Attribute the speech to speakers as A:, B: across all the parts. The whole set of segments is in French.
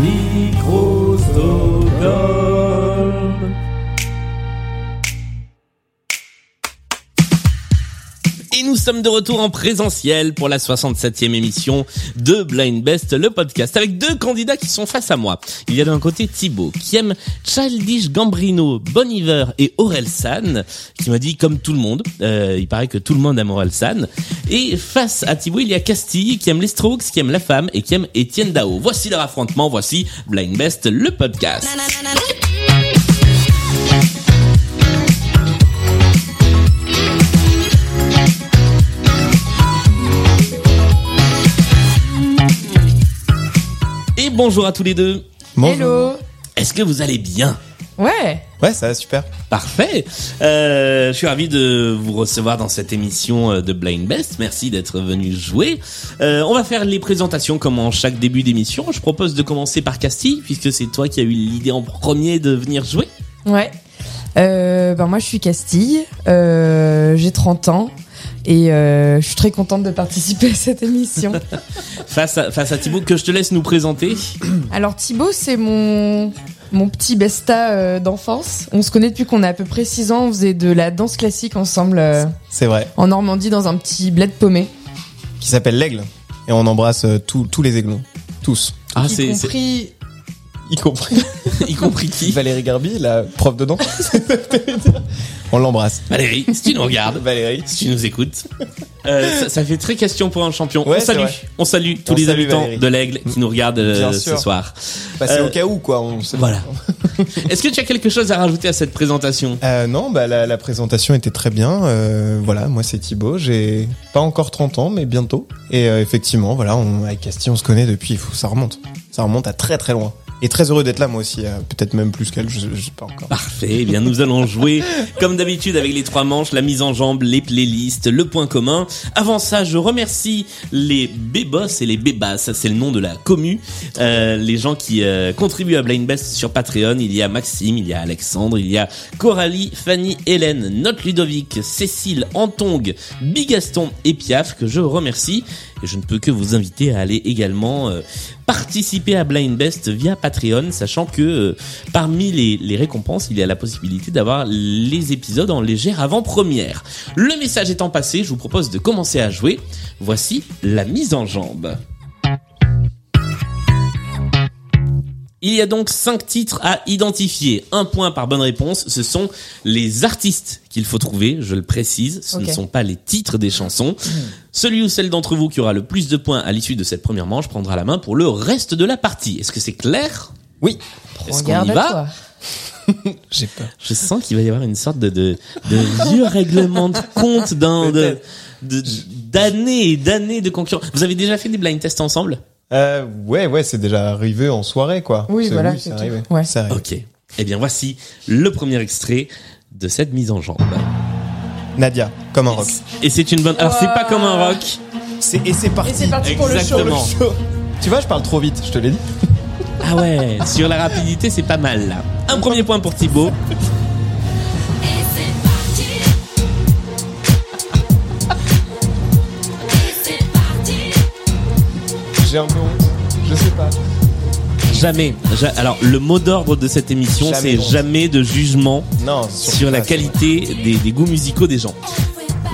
A: micro Stockholm.
B: Et nous sommes de retour en présentiel pour la 67e émission de Blind Best, le podcast, avec deux candidats qui sont face à moi. Il y a d'un côté Thibaut, qui aime Childish Gambino, Bon Iver et Aurel San, qui m'a dit, comme tout le monde, euh, il paraît que tout le monde aime Aurel San. Et face à Thibaut, il y a Castille, qui aime les Strokes, qui aime La Femme et qui aime Étienne Dao. Voici leur affrontement, voici Blind Best, le podcast. Et bonjour à tous les deux.
C: Hello
B: Est-ce que vous allez bien
C: Ouais
D: Ouais, ça va super.
B: Parfait. Euh, je suis ravi de vous recevoir dans cette émission euh, de Blind Best. Merci d'être venu jouer. Euh, on va faire les présentations comme en chaque début d'émission. Je propose de commencer par Castille, puisque c'est toi qui as eu l'idée en premier de venir jouer.
C: Ouais. Euh, ben moi je suis Castille, euh, j'ai 30 ans et euh, je suis très contente de participer à cette émission.
B: Face à, face à Thibaut, que je te laisse nous présenter.
C: Alors Thibaut c'est mon mon petit besta euh, d'enfance. On se connaît depuis qu'on a à peu près 6 ans, on faisait de la danse classique ensemble euh,
D: C'est vrai.
C: en Normandie dans un petit bled paumé,
D: Qui s'appelle l'aigle. Et on embrasse euh, tous- tous les aiglons. Tous.
B: Ah,
C: y compris
D: Y compris
B: y compris qui
D: Valérie Garbi, la prof de danse. on l'embrasse.
B: Valérie, si tu nous regardes,
D: Valérie.
B: si tu nous écoutes. Euh, ça, ça fait très question pour un champion.
D: Ouais,
B: on
D: c'est
B: salue,
D: vrai.
B: on salue tous
D: On
B: les
D: salue
B: habitants
D: Valérie.
B: de l'Aigle qui nous regardent euh,
D: Bien
B: ce
D: sûr.
B: soir.
D: Bah, c'est
B: Euh,
D: au cas où, quoi. On se-
B: Voilà. Est-ce que tu as quelque chose à rajouter à cette présentation
D: Euh, non, bah, la, la présentation était très bien. Euh, voilà, moi c'est Thibaut. J'ai pas encore 30 ans, mais bientôt. Et euh, effectivement, voilà, on, avec Castille, on se connaît depuis. fou, Ça remonte. Ça remonte à très très loin. Et très heureux d'être là, moi aussi. euh, Peut-être même plus qu'elle, je, je sais pas encore.
B: Parfait, eh bien nous allons jouer comme d'habitude avec les trois manches, la mise en jambe, les playlists, le point commun. Avant ça, je remercie les Bébos et les Bébas, ça c'est le nom de la commu, Euh, les gens qui euh, contribuent à Blind Best sur Patreon. Il y a Maxime, il y a Alexandre, il y a Coralie, Fanny, Hélène, Note Ludovic, Cécile, Antong, Bigaston et Piaf que je remercie. Et je ne peux que vous inviter à aller également euh, participer à Blind Best via Patreon, sachant que euh, parmi les, les récompenses, il y a la possibilité d'avoir les épisodes en légère avant-première. Le message étant passé, je vous propose de commencer à jouer. Voici la mise en jambe. Il y a donc cinq titres à identifier. Un point par bonne réponse. Ce sont les artistes qu'il faut trouver, je le précise. Ce ne
C: Ok. Hmm.
B: sont pas les titres des chansons. Celui ou celle d'entre vous qui aura le plus de points à l'issue de cette première manche prendra la main pour le reste de la partie. Est-ce que c'est clair
D: Oui,
B: Est-ce qu'on
C: regarde
B: y
C: à
B: va
C: toi.
D: j'ai peur.
B: Je sens qu'il va y avoir une sorte de, de, de vieux règlement de compte d'un de, de- d'années et d'années de concurrence. Vous avez déjà fait des blind tests ensemble
D: Euh, ouais, ouais, c'est déjà arrivé en soirée, quoi.
C: Oui,
D: C'est-
C: voilà,
D: c'est
C: c'est tout.
D: arrivé.
C: Ouais.
D: C'est arrivé.
B: Ok. Eh bien, voici le premier extrait de cette mise en jambe.
D: Nadia, comme un rock.
B: Et c'est une bonne. Alors, c'est pas comme un rock.
D: C'est- et c'est parti.
C: Et c'est parti pour le show.
B: Exactement.
D: show. Tu vois, je parle trop vite, je te l'ai dit.
B: Ah ouais, sur la rapidité, c'est pas mal là. Un premier point pour Thibaut.
D: J'ai un peu honte. Je sais pas.
B: Jamais. Ja- Alors, le mot d'ordre de cette émission,
D: Jamais
B: c'est
D: honte.
B: jamais de jugement
D: Non, surtout
B: sur la
D: pas, c'est vrai.
B: qualité des, des goûts musicaux des gens.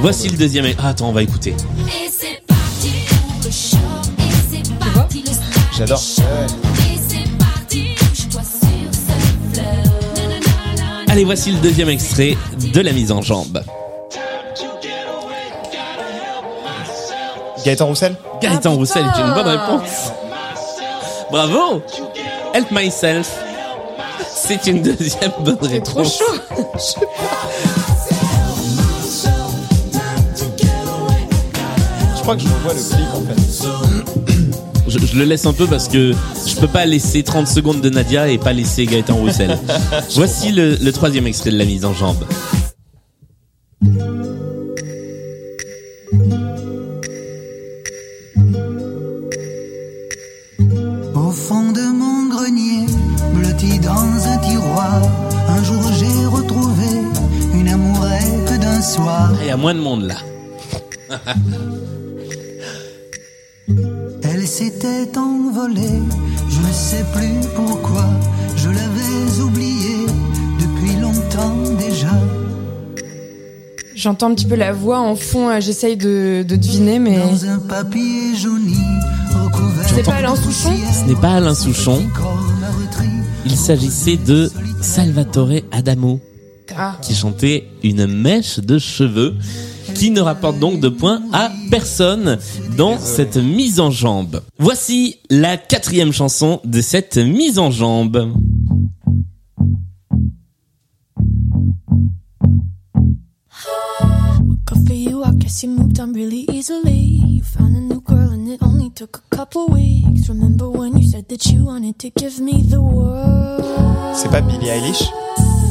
B: Voici le deuxième. ex- Ah, attends, on va écouter.
E: Et c'est parti pour le show. Et c'est parti le style.
D: J'adore.
E: Et c'est parti. Couche-toi sur cette fleur. Nanana.
B: Allez, voici le deuxième extrait de la mise en jambe.
D: Gaëtan Roussel
B: Gaëtan
C: Ah,
B: Roussel est
C: putain.
B: une bonne réponse. Bravo Help myself. C'est une deuxième bonne
C: C'est trop
B: réponse.
C: chaud
D: Je crois que je vois le clip en fait.
B: Je, je le laisse un peu parce que je peux pas laisser 30 secondes de Nadia et pas laisser Gaëtan Roussel. Voici le, le troisième extrait de la mise en jambe.
F: Au fond de mon grenier, blotti dans un tiroir, un jour j'ai retrouvé une amourette d'un soir.
B: Ah, Il y a moins de monde là.
F: Elle s'était envolée, je ne sais plus pourquoi, je l'avais oublié depuis longtemps déjà.
C: J'entends un petit peu la voix en fond, euh, j'essaye de, de deviner, mais.
F: Dans un papier jauni, recouvert
C: C'est pas Alain
F: de
C: Souchon
F: poussière,
B: Ce n'est pas Alain Souchon,
F: licorne meurtrie,
B: il s'agissait de Salvatore Adamo.
C: Ah.
B: qui chantait une mèche de cheveux qui ne rapporte donc de points à personne dans cette mise en jambe. Voici la quatrième chanson de cette mise en jambe.
A: Good for you, I guess you moved on really easily. You found a new girl and it only took a couple weeks. Remember when you said that you wanted to give me the world?
D: C'est pas Billie Eilish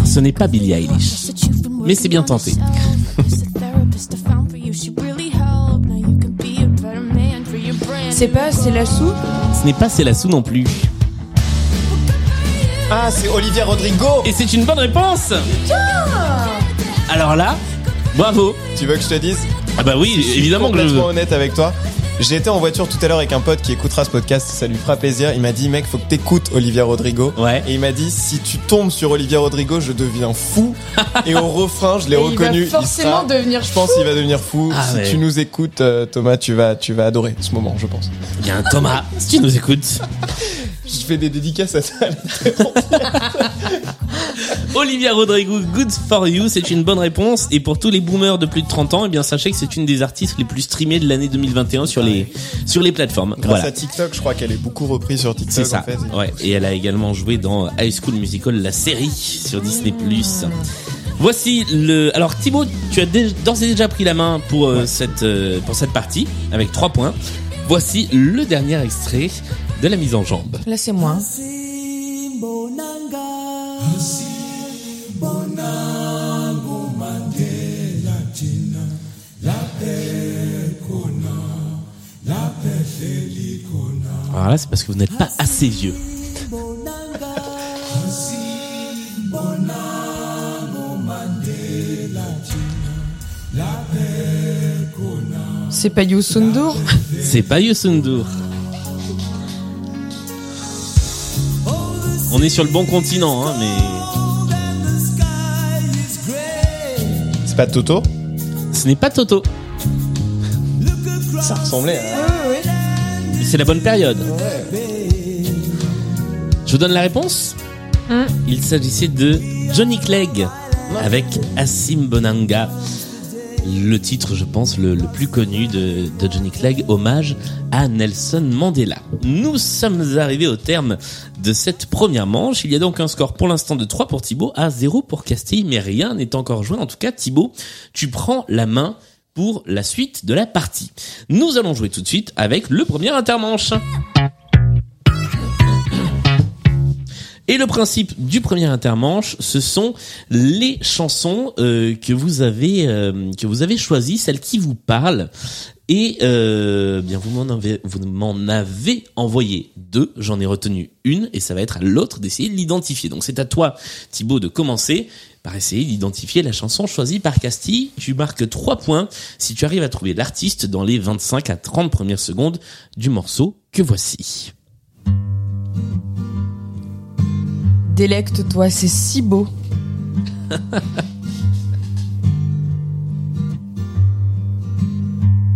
B: Ce n'est pas Billie
A: Guess
B: Eilish.
A: that you've been
B: Mais c'est bien
A: working on
B: tenté.
A: yourself. I guess the therapist I found for you, she really helped. Now you can be a better man for your brand
C: C'est
A: new
C: pas C'est la sou
B: Ce n'est pas Célassou non plus.
D: Ah, c'est Olivia Rodrigo
B: Et c'est une bonne réponse Alors là, bravo
D: Tu veux que je te dise
B: Ah bah oui,
D: Je suis
B: évidemment que je veux.
D: complètement honnête avec toi. J'étais en voiture tout à l'heure avec un pote qui écoutera ce podcast, ça lui fera plaisir. Il m'a dit, mec, faut que t'écoutes Olivia Rodrigo.
B: Ouais.
D: Et il m'a dit, si tu tombes sur Olivia Rodrigo, je deviens fou. Et au refrain, je l'ai
C: Et il va
D: reconnu.
C: forcément
D: sera-
C: devenir
D: Je pense
C: fou.
D: qu'il va devenir fou.
B: Ah
D: si
B: ouais.
D: tu nous écoutes, euh, Thomas, tu vas, tu vas adorer ce moment, je pense.
B: Bien Thomas, si tu nous écoutes.
D: Je fais des dédicaces à ça.
B: Olivia Rodrigo, Good for You, c'est une bonne réponse. Et pour tous les boomers de plus de 30 ans, eh bien sachez que c'est une des artistes les plus streamées de l'année 2021 sur les sur les plateformes.
D: Grâce
B: voilà.
D: à TikTok, je crois qu'elle est beaucoup reprise sur TikTok.
B: C'est ça.
D: En fait.
B: Ouais. Et elle a également joué dans High School Musical, la série sur Disney+. Voici le. Alors Thibaut, tu as dé- d'ores et déjà pris la main pour euh, cette euh, pour cette partie avec trois points. Voici le dernier extrait de la mise en jambe.
C: Là, c'est moi.
B: Alors là, c'est parce que vous n'êtes pas assez vieux.
C: C'est pas Youssoundour
B: C'est pas Youssoundour. On est sur le bon continent, hein, mais
D: C'est pas Toto
B: ce n'est pas Toto.
D: Ça ressemblait à...
B: Mais C'est la bonne période. Je vous donne la réponse.
C: Hmm.
B: Il s'agissait de Johnny Clegg avec Assim Bonanga. Le titre, je pense, le, le plus connu de, de Johnny Clegg, hommage à Nelson Mandela. Nous sommes arrivés au terme de cette première manche. Il y a donc un score pour l'instant de 3 pour Thibaut, à 0 pour Castille, mais rien n'est encore joué. En tout cas, Thibaut, tu prends la main pour la suite de la partie. Nous allons jouer tout de suite avec le premier intermanche. Et le principe du premier intermanche, ce sont les chansons euh, que vous avez euh, que vous avez choisies, celles qui vous parlent. Et euh, bien vous m'en avez vous m'en avez envoyé deux, j'en ai retenu une et ça va être à l'autre d'essayer de l'identifier. Donc c'est à toi Thibaut de commencer par essayer d'identifier la chanson choisie par Castille. Tu marques trois points si tu arrives à trouver l'artiste dans les 25 à 30 premières secondes du morceau que voici.
C: Délecte-toi, c'est si beau.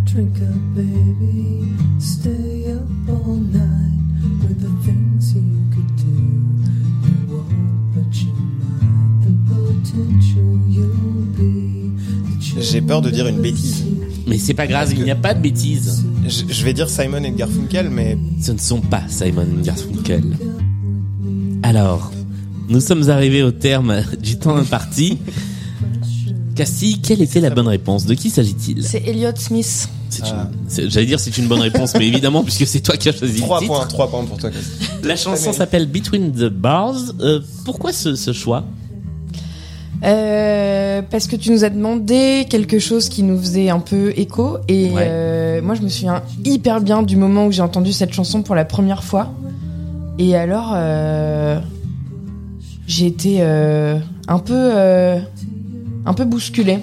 G: Drink up, baby. Stay up all night with the things you could do. You won't, but you might. The potential you'll be.
D: J'ai peur de dire une bêtise.
B: Mais c'est pas grave, il n'y a pas de bêtises.
D: Je, je vais dire Simon et Garfunkel, mais
B: Ce ne sont pas Simon Garfunkel. Alors, nous sommes arrivés au terme du temps imparti. Castille, quelle était la bonne réponse De qui s'agit-il
C: C'est Elliot Smith.
B: C'est
D: Ah.
B: une- c'est- J'allais dire c'est une bonne réponse, mais évidemment, puisque c'est toi qui as choisi le
D: 3
B: titre.
D: points, 3 points pour toi. Chris.
B: La chanson s'appelle Between the Bars. Euh, pourquoi ce, ce choix
C: Euh, parce que tu nous as demandé quelque chose qui nous faisait un peu écho et
B: Ouais.
C: euh, moi je me souviens hyper bien du moment où j'ai entendu cette chanson pour la première fois et alors euh, j'ai été euh, un peu euh, un peu bousculée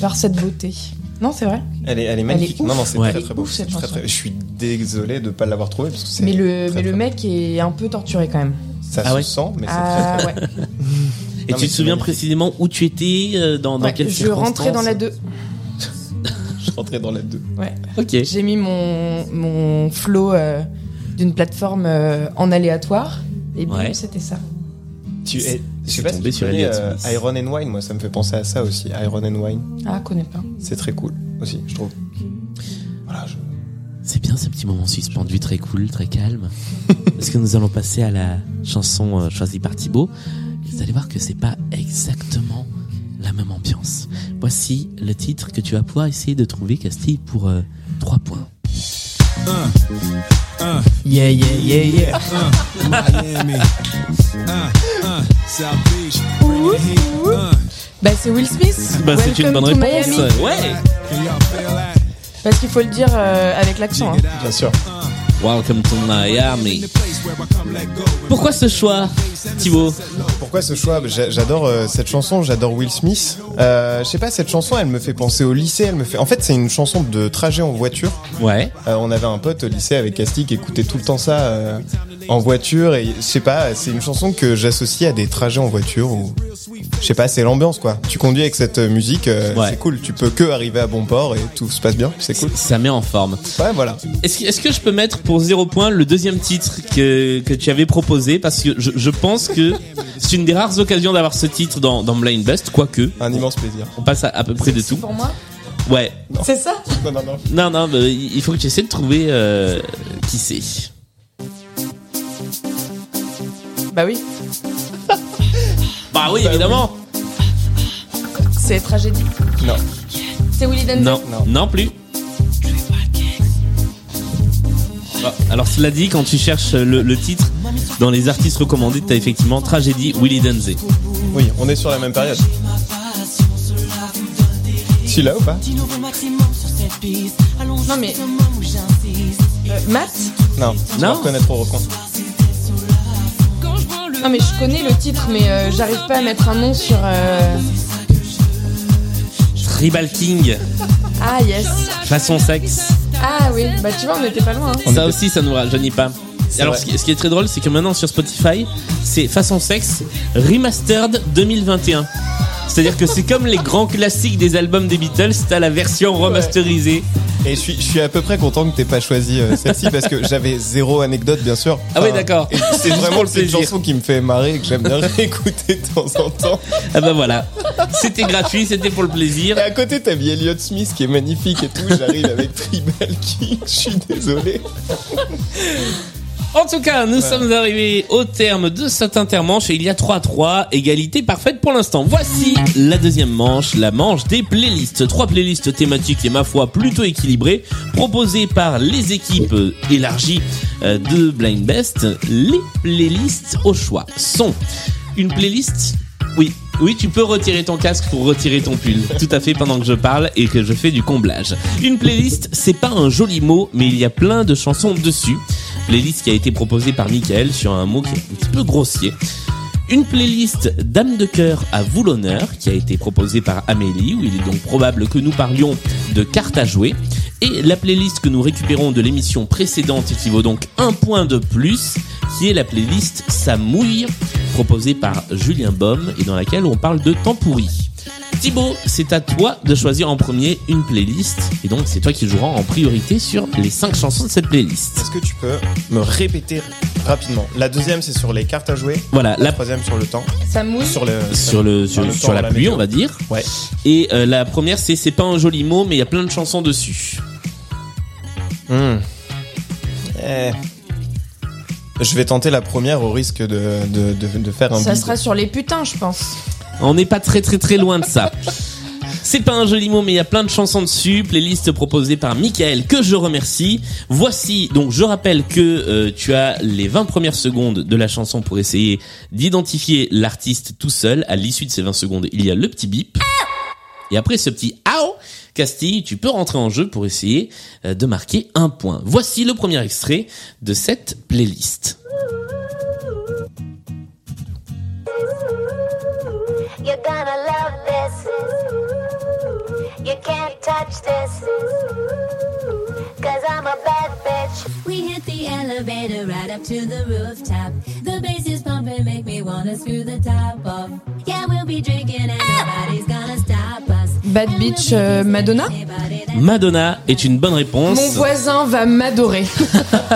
C: par cette beauté. Non, c'est vrai.
D: Elle est, elle est magnifique.
C: Elle est
D: non,
C: ouf.
D: non, c'est
B: Ouais.
D: très très beau.
C: Ouf, cette
D: Très, très-
C: chanson.
D: Je suis désolé de pas l'avoir trouvé parce que c'est.
C: Mais le,
D: très,
C: mais le
D: très
C: mec est un peu torturé quand même.
D: beau. Ça
B: Ah
D: se
B: ouais.
D: sent, mais c'est
C: Ah,
D: très très.
C: ouais.
B: Et
D: Non,
B: tu
D: mais
B: te
D: c'est
B: souviens
D: magnifique.
B: précisément où tu étais, euh, dans, dans
C: Ouais,
B: quelles
C: je rentrais dans la 2.
D: Je rentrais dans la 2.
B: Ok.
C: J'ai mis mon, mon flow euh, d'une plateforme euh, en aléatoire. Et bim,
B: Ouais.
C: c'était ça.
D: Tu es. Je sais
B: c'est
D: pas si
B: tombé
D: tu
B: sur
D: connais,
B: Elliot
D: euh,
B: Smith.
D: Iron and Wine, moi ça me fait penser à ça aussi. Iron and Wine,
C: Ah, connais pas.
D: c'est très cool aussi, je trouve. Voilà, je-
B: C'est bien ce petit moment suspendu, très cool, très calme. Parce que nous allons passer à la chanson euh, choisie par Thibaut. Et Vous allez voir que c'est pas exactement la même ambiance. Voici le titre que tu vas pouvoir essayer de trouver, Castille, pour 3 points.
C: Yeah, yeah, yeah, yeah.
B: Ah,
H: Miami. Uh, uh, South Beach. Bring the heat. Uh,
C: Bah, c'est Will Smith.
B: c'est une
C: Welcome
B: bonne
C: to
B: réponse.
C: Miami.
B: Ouais.
H: can y'all feel that?
C: Parce qu'il faut le dire euh, avec l'accent. hein.
D: bien sûr.
B: Welcome to Miami. Pourquoi ce choix, Thibaut
D: Pourquoi ce choix J'a- J'adore euh, cette chanson, j'adore Will Smith. Euh, je sais pas, cette chanson, elle me fait penser au lycée. Elle me fait. En fait, c'est une chanson de trajet en voiture.
B: Ouais.
D: Euh, on avait un pote au lycée avec Casti qui écoutait tout le temps ça euh, en voiture. Et je sais pas, c'est une chanson que j'associe à des trajets en voiture. Ou je sais pas, c'est l'ambiance quoi. Tu conduis avec cette euh, musique, euh,
B: Ouais.
D: c'est cool. Tu peux que arriver à bon port et tout se passe bien. C'est cool.
B: Ça met en forme.
D: Ouais, voilà.
B: Est-ce que, est-ce que je peux mettre pour zéro point le deuxième titre que, que tu avais proposé Parce que je, je pense que c'est une des rares occasions d'avoir ce titre dans, dans Blind Best, quoique.
D: Un immense plaisir.
B: On passe à, à peu près de tout.
C: Pour moi,
B: Ouais.
C: c'est ça
D: Non, non, non.
B: Non, non, mais il faut que tu essaies de trouver euh, qui c'est.
C: Bah oui,
B: Bah oui, évidemment.
C: c'est tragédie.
D: Non.
C: C'est Willy Denzel.
B: Non, non,
D: Non.
B: plus. Bon, Ah, alors cela dit, quand tu cherches le, le titre dans les artistes recommandés, t'as effectivement Tragédie Willy Dunze.
D: Oui, on est sur la même période. Tu là ou pas
C: Non, mais. Euh, Matt
D: Non. Tu vas
B: Non.
D: reconnaître au recoin.
C: Non, mais je connais le titre, mais euh, j'arrive pas à mettre un nom sur. euh,
B: Tribal King,
C: Ah, yes.
B: façon sexe.
C: Ah, oui. Bah, tu vois, on n'était pas loin. hein.
B: ça aussi, ça nous rajeunit pas.
D: C'est
B: Alors,
D: vrai.
B: ce qui, ce qui est très drôle, c'est que maintenant sur Spotify, c'est façon sexe remastered 2021. C'est-à-dire que c'est comme les grands classiques des albums des Beatles, t'as la version remasterisée.
D: Et je suis, je suis à peu près content que t'aies pas choisi euh, celle-ci parce que j'avais zéro anecdote, bien sûr.
B: Ah oui, d'accord.
D: et C'est vraiment le
B: plaisir.
D: chanson qui me fait marrer et que j'aime bien réécouter de temps en temps.
B: Ah bah voilà, c'était gratuit, c'était pour le plaisir.
D: Et à côté, t'as mis Elliot Smith qui est magnifique et tout. J'arrive avec Tribal King, je suis désolé.
B: En tout cas, nous sommes arrivés au terme de cette intermanche et il y a 3-3, égalité parfaite pour l'instant. Voici la deuxième manche, la manche des playlists. Trois playlists thématiques et ma foi plutôt équilibrées, proposées par les équipes euh, élargies euh, de Blind Best. Les playlists au choix sont une playlist... Oui, oui, tu peux retirer ton casque pour retirer ton pull. Tout à fait pendant que je parle et que je fais du comblage. Une playlist, c'est pas un joli mot, mais il y a plein de chansons dessus. Playlist qui a été proposée par Michael sur un mot qui est un petit peu grossier. Une playlist Dame de cœur à vous l'honneur qui a été proposée par Amélie où il est donc probable que nous parlions de cartes à jouer. Et la playlist que nous récupérons de l'émission précédente et qui vaut donc un point de plus qui est la playlist Ça mouille proposée par Julien Baume et dans laquelle on parle de temps pourri. Thibaut, c'est à toi de choisir en premier une playlist et donc c'est toi qui joueras en priorité sur les cinq chansons de cette playlist.
D: Est-ce que tu peux me répéter rapidement La deuxième, c'est sur les cartes à jouer.
B: Voilà,
D: La
B: la
D: troisième, sur le temps.
C: Ça mouille.
D: Sur le.
B: sur le sur,
D: Dans le
B: sur
D: temps,
B: la
D: la
B: pluie
D: météo.
B: on va dire
D: Ouais.
B: et euh, la première c'est c'est pas un joli mot mais il y a plein de chansons dessus
D: Hmm. Eh. Je vais tenter la première au risque de, de, de, de faire un
C: Ça
D: bide.
C: sera sur les putains, je pense.
B: on n'est pas très très très loin de ça c'est pas un joli mot mais il y a plein de chansons dessus playlist proposée par Michael que je remercie voici donc je rappelle que euh, tu as les 20 premières secondes de la chanson pour essayer d'identifier l'artiste tout seul à l'issue de ces 20 secondes il y a le petit bip et après ce petit ao Castille, tu peux rentrer en jeu pour essayer euh, de marquer un point. Voici le premier extrait de cette playlist.
I: You're gonna love this.
E: You can't touch this. Cause I'm a bad bitch.
J: We hit the elevator right up to the rooftop. The bass is pumping, make me wanna screw the top off. Yeah, we'll be drinking and nobody's gonna stop us.
C: Bad
J: And we'll
C: bitch,
J: be
C: euh,
J: kissing
C: Madonna
J: anybody that-
B: Madonna est une bonne réponse.
C: Mon voisin va m'adorer.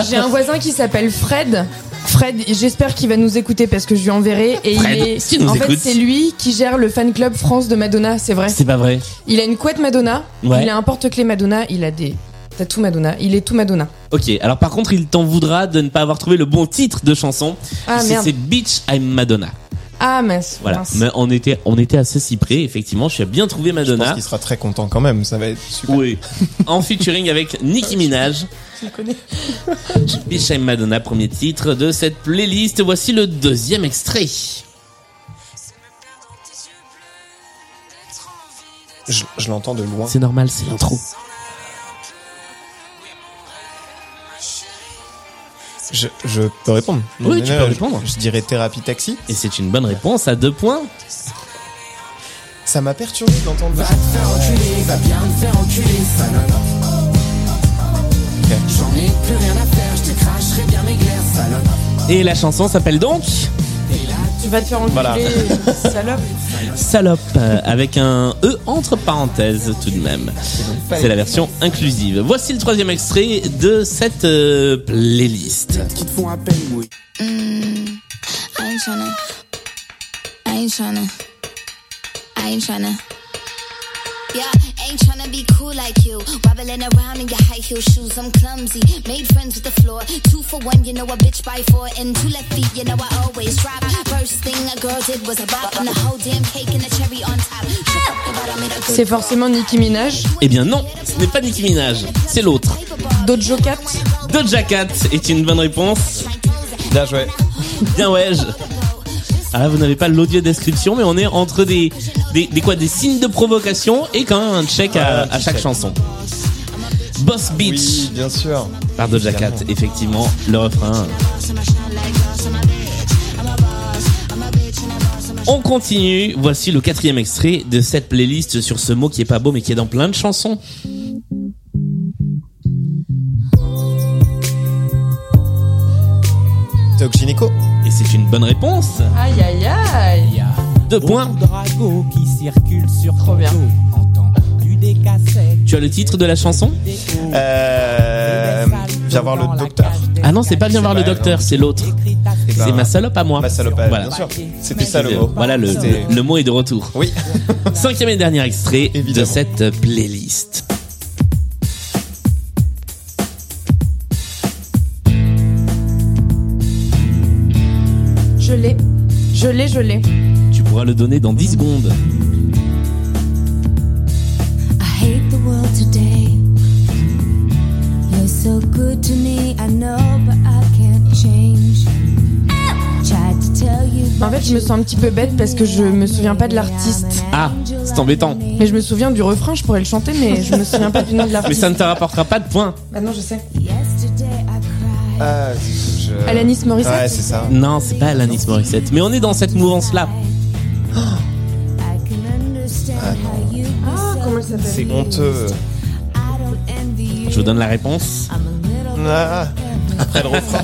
C: J'ai un voisin qui s'appelle Fred. Fred, j'espère qu'il va nous écouter parce que je lui enverrai. Et
B: Fred,
C: il est...
B: s'il nous
C: en fait,
B: écoute.
C: c'est lui qui gère le fan club France de Madonna, c'est vrai.
B: C'est pas vrai.
C: Il a une couette Madonna,
B: Ouais.
C: il a un porte-clés Madonna, il a des tout Madonna, il est tout Madonna.
B: Ok, alors par contre, il t'en voudra de ne pas avoir trouvé le bon titre de chanson.
C: Ah,
B: C'est-
C: merde.
B: c'est Beach I'm Madonna.
C: Ah mince.
B: Voilà.
C: mince.
B: Mais on était, on était assez si près, effectivement. Je suis bien trouvé
D: Je pense
B: Madonna.
D: qu'il sera très content quand même. Ça va être super.
B: Oui. en featuring avec Nicki Minaj. Beach I'm Madonna, premier titre de cette playlist. Voici le deuxième extrait.
D: Je, je l'entends de loin.
B: C'est normal, c'est l'intro.
D: Je, je peux répondre.
B: Oui, tu
D: Euh,
B: peux
D: je-
B: répondre.
D: Je, dirais thérapie taxi.
B: Et c'est une bonne réponse à deux points.
D: Ça m'a perturbé d'entendre. ça.
B: Et la chanson s'appelle donc
C: Tu vas te faire enculer,
D: Voilà.
C: salope.
B: Salope, euh, avec un E entre parenthèses tout de même. C'est la version inclusive. Voici le troisième extrait de cette euh, playlist.
E: Mm, I ain't tryna. I ain't tryna. I ain't tryna. Yeah, ain't tryna be cool like you. Wobbling around in your high heel shoes, I'm clumsy. Made friends with the floor. Two for one, you know a bitch by four. And two left feet, you know I always drop. First thing a girl did was a bop. And the whole damn cake and the cherry on top. She fucked about, I made her
C: C'est forcément Nicki Minaj.
B: Eh bien non, ce n'est pas Nicki Minaj, c'est l'autre.
C: Dojo Cat.
B: Doja Cat est une bonne réponse.
D: Bien joué.
B: Bien ouais. je- Ah là, vous n'avez pas l'audio description, mais on est entre des, des, des quoi, des signes de provocation et quand même un check à, à chaque chanson. Boss Beach
D: Oui, bien sûr.
B: par Doja Cat,
D: Évidemment.
B: effectivement, le refrain. On continue, voici le quatrième extrait de cette playlist sur ce mot qui est pas beau mais qui est dans plein de chansons.
D: Talk Gynéco.
B: Et c'est une bonne réponse.
C: Aïe aïe aïe.
B: Deux
D: Oh.
B: points.
G: drago qui circule sur
C: Trop bien.
G: Entendu des cassettes.
B: Tu as le titre de la chanson
D: Euh, viens voir le docteur.
B: Ah non, c'est pas bien voir le
D: pas,
B: docteur, c'est l'autre.
D: Eh ben,
B: C'est ma salope à moi.
D: Ma salope, à-
B: Voilà.
D: bien sûr. C'était ça le mot.
B: Voilà, le,
D: C'était-
B: le mot est de retour.
D: Oui.
B: Cinquième et dernier extrait de
D: Évidemment.
B: cette playlist.
C: Je l'ai. Je l'ai, je l'ai.
B: Tu pourras le donner dans 10 secondes.
J: I hate the world today. You're so good to me, I know, but I can't change. Tried to tell you,
C: En fait, je me sens un petit peu bête parce que je me souviens pas de l'artiste.
B: Ah, c'est embêtant.
C: Mais je me souviens du refrain, je pourrais le chanter, mais je me souviens pas du nom de
B: Mais
C: l'artiste.
B: ça ne te rapportera pas de points.
C: Maintenant, je sais.
J: yesterday I cried.
D: Ah, je-
C: Alanis Morissette.
D: Ouais, c'est ça.
B: Non, c'est pas Alanis Morissette. Mais on est dans cette mouvance-là.
J: I can understand how you
C: Ah, comment elle s'appelle
D: C'est honteux.
J: I don't envy you.
B: Je vous donne la réponse
J: I'm a little
D: Ah,
B: après le refrain.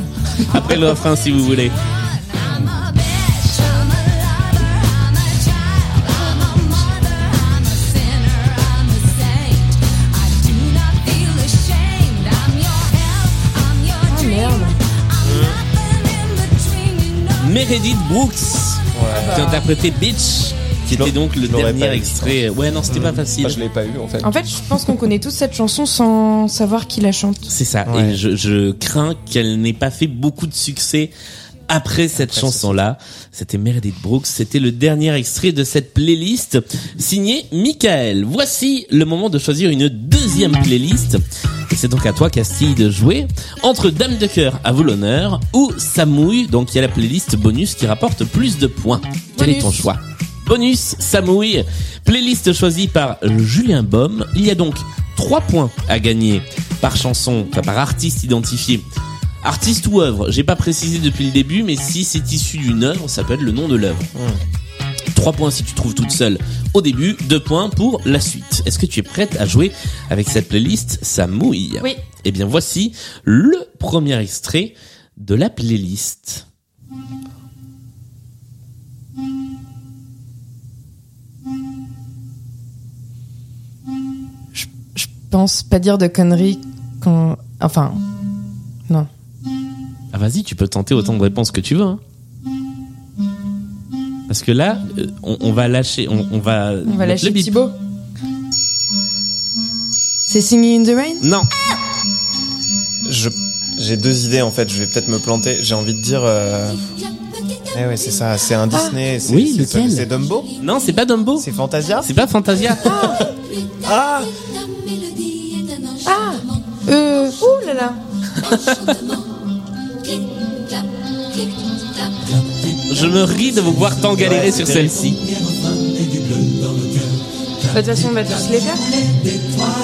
B: Après le refrain, si vous voulez.
J: I'm a bitch, I'm a lover, I'm a child, I'm a mother, I'm a sinner, I'm a saint. I do not feel ashamed. I'm your help, I'm your dream. I'm nothing in between, you know.
B: Meredith Brooks, qui interprétait Bitch, qui
D: l'aurais-
B: était donc le
D: je l'aurais
B: dernier
D: pas eu,
B: extrait. Ouais, non, c'était pas facile.
D: Ah, je l'ai pas eu en fait.
C: En fait, je pense qu'on connaît tous cette chanson sans savoir qui la chante.
B: C'est ça.
D: Ouais.
B: Et je, je crains qu'elle n'ait pas fait beaucoup de succès après cette chanson-là. C'était Meredith Brooks. C'était le dernier extrait de cette playlist signée Michael. Voici le moment de choisir une deuxième playlist. Et c'est donc à toi, Castille, de jouer entre Dame de cœur à vous l'honneur ou Samouille. Donc il y a la playlist bonus qui rapporte plus de points. Quel est ton
C: Bonus.
B: choix Bonus Samouille, playlist choisie par Julien Baume. Il y a donc 3 points à gagner par chanson, enfin par artiste identifié. Artiste ou œuvre, j'ai pas précisé depuis le début, mais si c'est issu d'une œuvre, ça peut être le nom de l'œuvre. 3 points si tu trouves toute seule au début, 2 points pour la suite. Est-ce que tu es prête à jouer avec cette playlist Ça mouille.
K: Oui.
B: Eh bien voici le premier extrait de la playlist.
C: Je pense pas dire de conneries quand. Enfin. Non.
B: Ah vas-y, tu peux tenter autant de réponses que tu veux. hein. Parce que là, euh, on, on va lâcher, on, on va...
C: On
B: mettre
C: va lâcher
B: le bip.
C: Thibaut. C'est Singing in the Rain
B: Non.
D: Je j'ai deux idées en fait. Je vais peut-être me planter. J'ai envie de dire. euh, Eh ouais, c'est ça. C'est un Disney. c'est-
B: Oui,
D: c'est-
B: lequel
D: C'est Dumbo.
B: Non, c'est pas Dumbo.
D: C'est Fantasia.
B: C'est pas Fantasia.
D: Ah
C: Ah Euh. Ouh là là
B: Je me ris de vous voir tant galérer
D: Ouais,
B: sur
D: c'est
B: celle-ci.
K: De
C: Bah,
K: toute façon, on va tous les faire.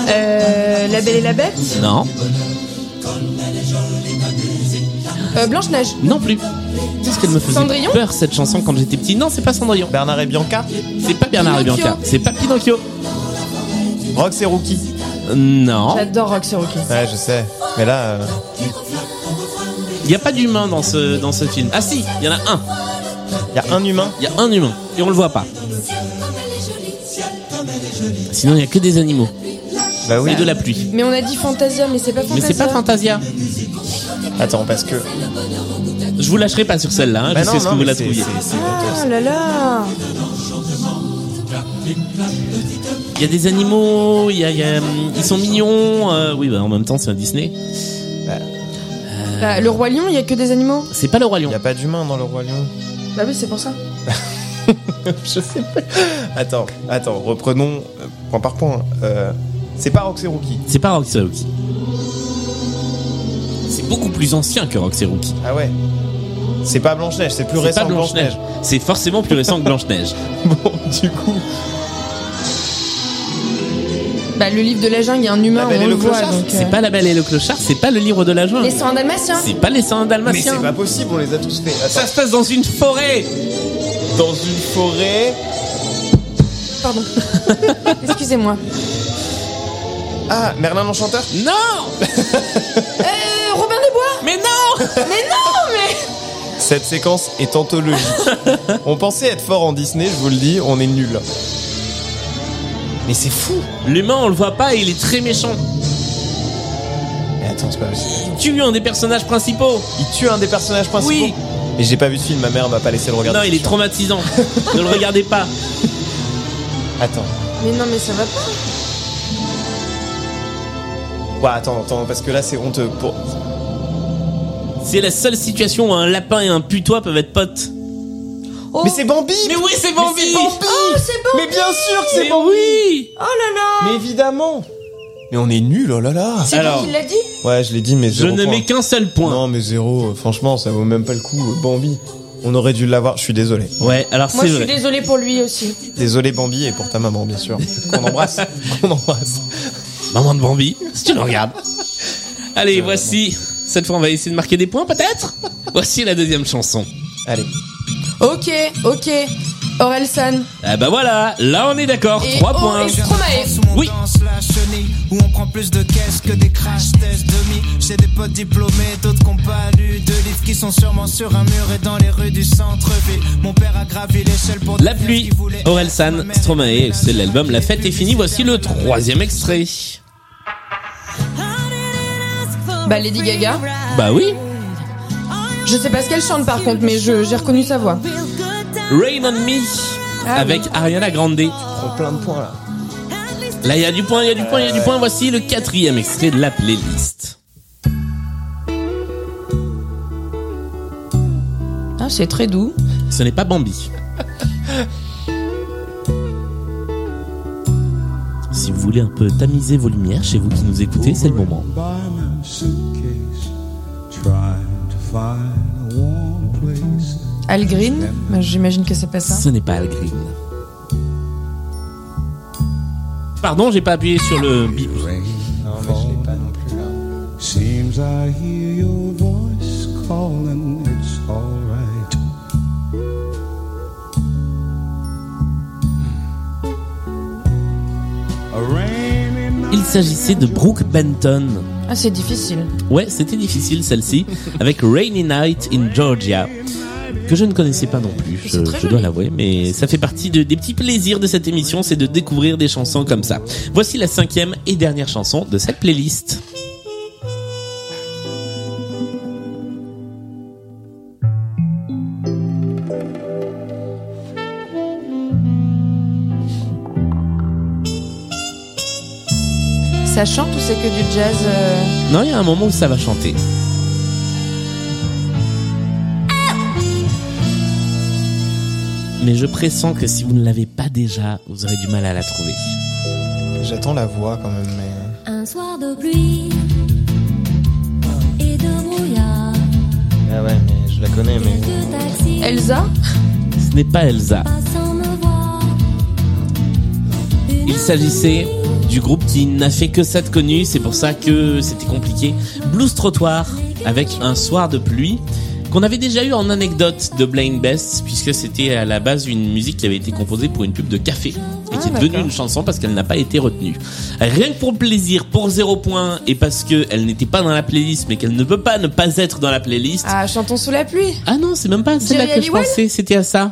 K: Euh, la Belle et la Bête.
B: Non.
C: Euh, Blanche-Neige
B: Non plus. Parce qu'elle me faisait
K: Cendrillon
B: peur cette chanson quand j'étais petit. Non, c'est pas Cendrillon.
D: Bernard et Bianca.
B: C'est pas Bernard et
C: Pinocchio.
B: Bianca. C'est pas Pinocchio.
D: Rox et Rookie.
B: Euh, Non.
C: J'adore Rock sur Rocky.
D: Ouais, je sais. Mais là, euh,
B: Il y a pas d'humain dans ce dans ce film. Ah si, il y en a un.
D: il y a un humain.
B: Il y a un humain et on le voit pas. Sinon, il y a que des animaux
D: Bah oui.
B: et de la pluie.
C: Mais on a dit Fantasia, mais c'est pas
B: Mais
C: Fantasia.
B: c'est pas Fantasia.
D: Attends, parce que.
B: Je vous lâcherai pas sur celle-là. hein.
D: Bah
B: Je sais ce que vous
D: mais
B: la
D: c'est-
B: trouviez.
D: c'est- c'est-
C: Ah là là
B: Il y a des animaux. Il y a, il y a, hum, ils sont mignons. euh, oui, bah en même temps, c'est un Disney.
C: Bah, Le Roi Lion, il y a que des animaux
B: C'est pas le roi
D: Il
B: lion.
D: y a pas d'humain dans le roi lion.
C: Bah oui, c'est pour ça.
D: je sais pas. Attends, attends. Reprenons euh, point par point. Euh, c'est pas Rox et Rookie.
B: C'est pas Roxy Rookie. C'est beaucoup plus ancien que Roxy Rookie.
D: Ah ouais. C'est pas Blanche Neige. C'est plus
B: C'est
D: récent.
B: pas
D: que
B: Blanche Neige. C'est forcément plus récent que Blanche Neige.
D: Bon, du coup.
C: Bah le livre de la jungle, il y a un humain,
B: Bah,
D: La Belle et
C: on
D: le
C: le voit.
D: Clochard,
C: donc, euh,
B: C'est pas La Belle et le Clochard. C'est pas le livre de la jungle.
C: Les soins dalmatiens
B: C'est pas les sangs
D: Mais c'est
B: dalmatiens.
D: pas possible. On les a tous fait. Attends.
B: Bah, Ça se passe dans une forêt.
D: Dans une forêt.
C: Pardon. Excusez-moi.
D: Ah, Merlin l'Enchanteur
B: Non
C: Euh, Robin des Bois
B: Mais non
C: Mais non, mais...
D: Cette séquence est anthologique. on pensait être fort en Disney, je vous le dis, on est nul. Mais c'est fou
B: L'humain, on le voit pas, il est très méchant.
D: Mais attends, c'est pas possible.
B: Il tue un des personnages principaux.
D: Il tue un des personnages principaux
B: Oui.
D: Mais j'ai pas vu de film, ma mère m'a pas laissé le regarder.
B: Non, il est traumatisant. ne le regardez pas.
D: Attends.
C: Mais non, mais ça va pas.
D: Ouais, attends, attends, parce que là c'est honteux. Pour...
B: C'est la seule situation où un lapin et un putois peuvent être potes.
C: Oh.
D: Mais c'est Bambi
B: Mais oui, c'est
D: Mais c'est
B: Bambi
D: Bambi
C: Oh, c'est bon
D: Mais bien sûr que c'est
B: Mais
D: Bambi
B: oui
C: Oh là là
D: Mais évidemment Mais on est nul, oh là là
C: C'est
B: Alors.
C: qui qui l'a dit
D: Ouais, je l'ai dit, mais
B: Je
D: zéro
B: ne
D: point.
B: mets qu'un seul point.
D: Non, mais zéro, euh, franchement, ça vaut même pas le coup, euh, Bambi. On aurait dû l'avoir, je suis désolé.
B: Ouais, alors
C: Moi,
B: c'est
C: je suis
B: vrai.
C: désolée pour lui aussi.
D: Désolé Bambi et pour ta maman bien sûr. Qu'on embrasse. Qu'on embrasse.
B: Maman de Bambi, si tu le regardes. Allez, voici. Cette fois, on va essayer de marquer des points, peut-être Voici la deuxième chanson.
D: Allez.
C: Ok, ok. Orelsan.
B: Ah bah voilà, là on est d'accord.
C: Et-
B: 3
C: oh,
B: points.
C: et Stromae.
L: où
B: Oui.
L: on danse la chenille, où on prend plus de caisses que des crash tests demi. J'ai des potes diplômés, d'autres qui ont pas lu de livres qui sont sûrement sur un mur et dans les rues du centre-ville. Mon père a gravi l'échelle pour
B: La
L: devenir ce
B: pluie,
L: qu'il voulait être.
B: Orelsan, Stromae, c'est l'album La fête est finie. Voici le troisième extrait.
C: Bah, Lady Gaga.
B: Bah oui.
C: Je sais pas ce qu'elle chante par contre, mais je- j'ai reconnu sa voix.
B: Rain on Me
C: Ah
B: avec Ariana Grande.
D: Prends plein de points là.
B: Là, il y a du point, il y a du point, il y a du point. Voici le quatrième extrait de la playlist.
C: Ah, c'est très doux.
B: Ce n'est pas Bambi. Si vous voulez un peu tamiser vos lumières chez vous qui nous écoutez, c'est le moment.
H: By my suitcase, trying to find a warm place.
C: Al Green, bah, j'imagine que c'est pas ça.
B: Ce n'est pas Al Green. Pardon, j'ai pas appuyé sur le bip.
D: Non mais je l'ai pas non plus là.
H: Seems I hear your voice calling, it's alright.
B: s'agissait de Brooke Benton.
C: Ah, c'est difficile.
B: Ouais, c'était difficile celle-ci, avec Rainy Night in Georgia, que je ne connaissais pas non plus, je, je dois l'avouer, mais ça fait partie de- des petits plaisirs de cette émission, c'est de découvrir des chansons comme ça. Voici la cinquième et dernière chanson de cette playlist.
C: Ça chante ou c'est que du jazz euh,
B: Non, il y a un moment où ça va chanter. Mais je pressens que si vous ne l'avez pas déjà, vous aurez du mal à la trouver.
D: J'attends la voix quand même, mais.
E: Un soir de pluie et de brouillard,
D: Ah ouais, mais je la connais, mais.
E: de taxi.
C: Elsa
B: Ce n'est pas Elsa.
E: Sans me voir,
B: Il s'agissait du groupe qui n'a fait que ça de connu, c'est pour ça que c'était compliqué. Blues Trottoir avec un soir de pluie qu'on avait déjà eu en anecdote de Blind Best puisque c'était à la base une musique qui avait été composée pour une pub de café
C: Ah,
B: et qui est devenue une chanson parce qu'elle n'a pas été retenue. Rien que pour le plaisir, pour zéro point et parce que elle n'était pas dans la playlist mais qu'elle ne peut pas ne pas être dans la playlist.
C: Ah, chantons sous la pluie
B: Ah non, c'est même pas celle-là
C: Jerry
B: que je
C: Halliwell
B: pensais, c'était à ça.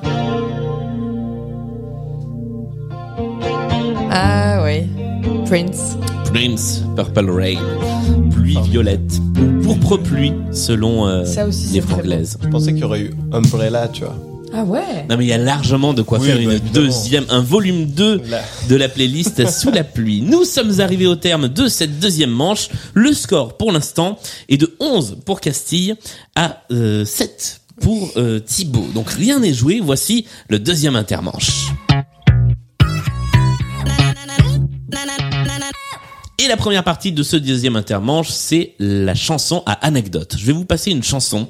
C: Ah, oui. Prince.
B: Prince, Purple Rain, Pluie Violette, ou Pourpre Pluie, selon euh,
C: Ça aussi, c'est
B: les
C: très bon.
B: franglaises.
D: Je pensais qu'il y aurait eu Umbrella, tu vois.
C: Ah ouais
B: Non mais il y a largement de quoi
D: Oui,
B: faire
D: bah,
B: une
D: évidemment.
B: deuxième, un volume 2 de la playlist sous la pluie. Nous sommes arrivés au terme de cette deuxième manche. Le score pour l'instant est de 11 pour Castille à euh, 7 pour euh, Thibaut. Donc rien n'est joué, voici le deuxième intermanche. Et la première partie de ce deuxième intermanche, c'est la chanson à anecdote. Je vais vous passer une chanson.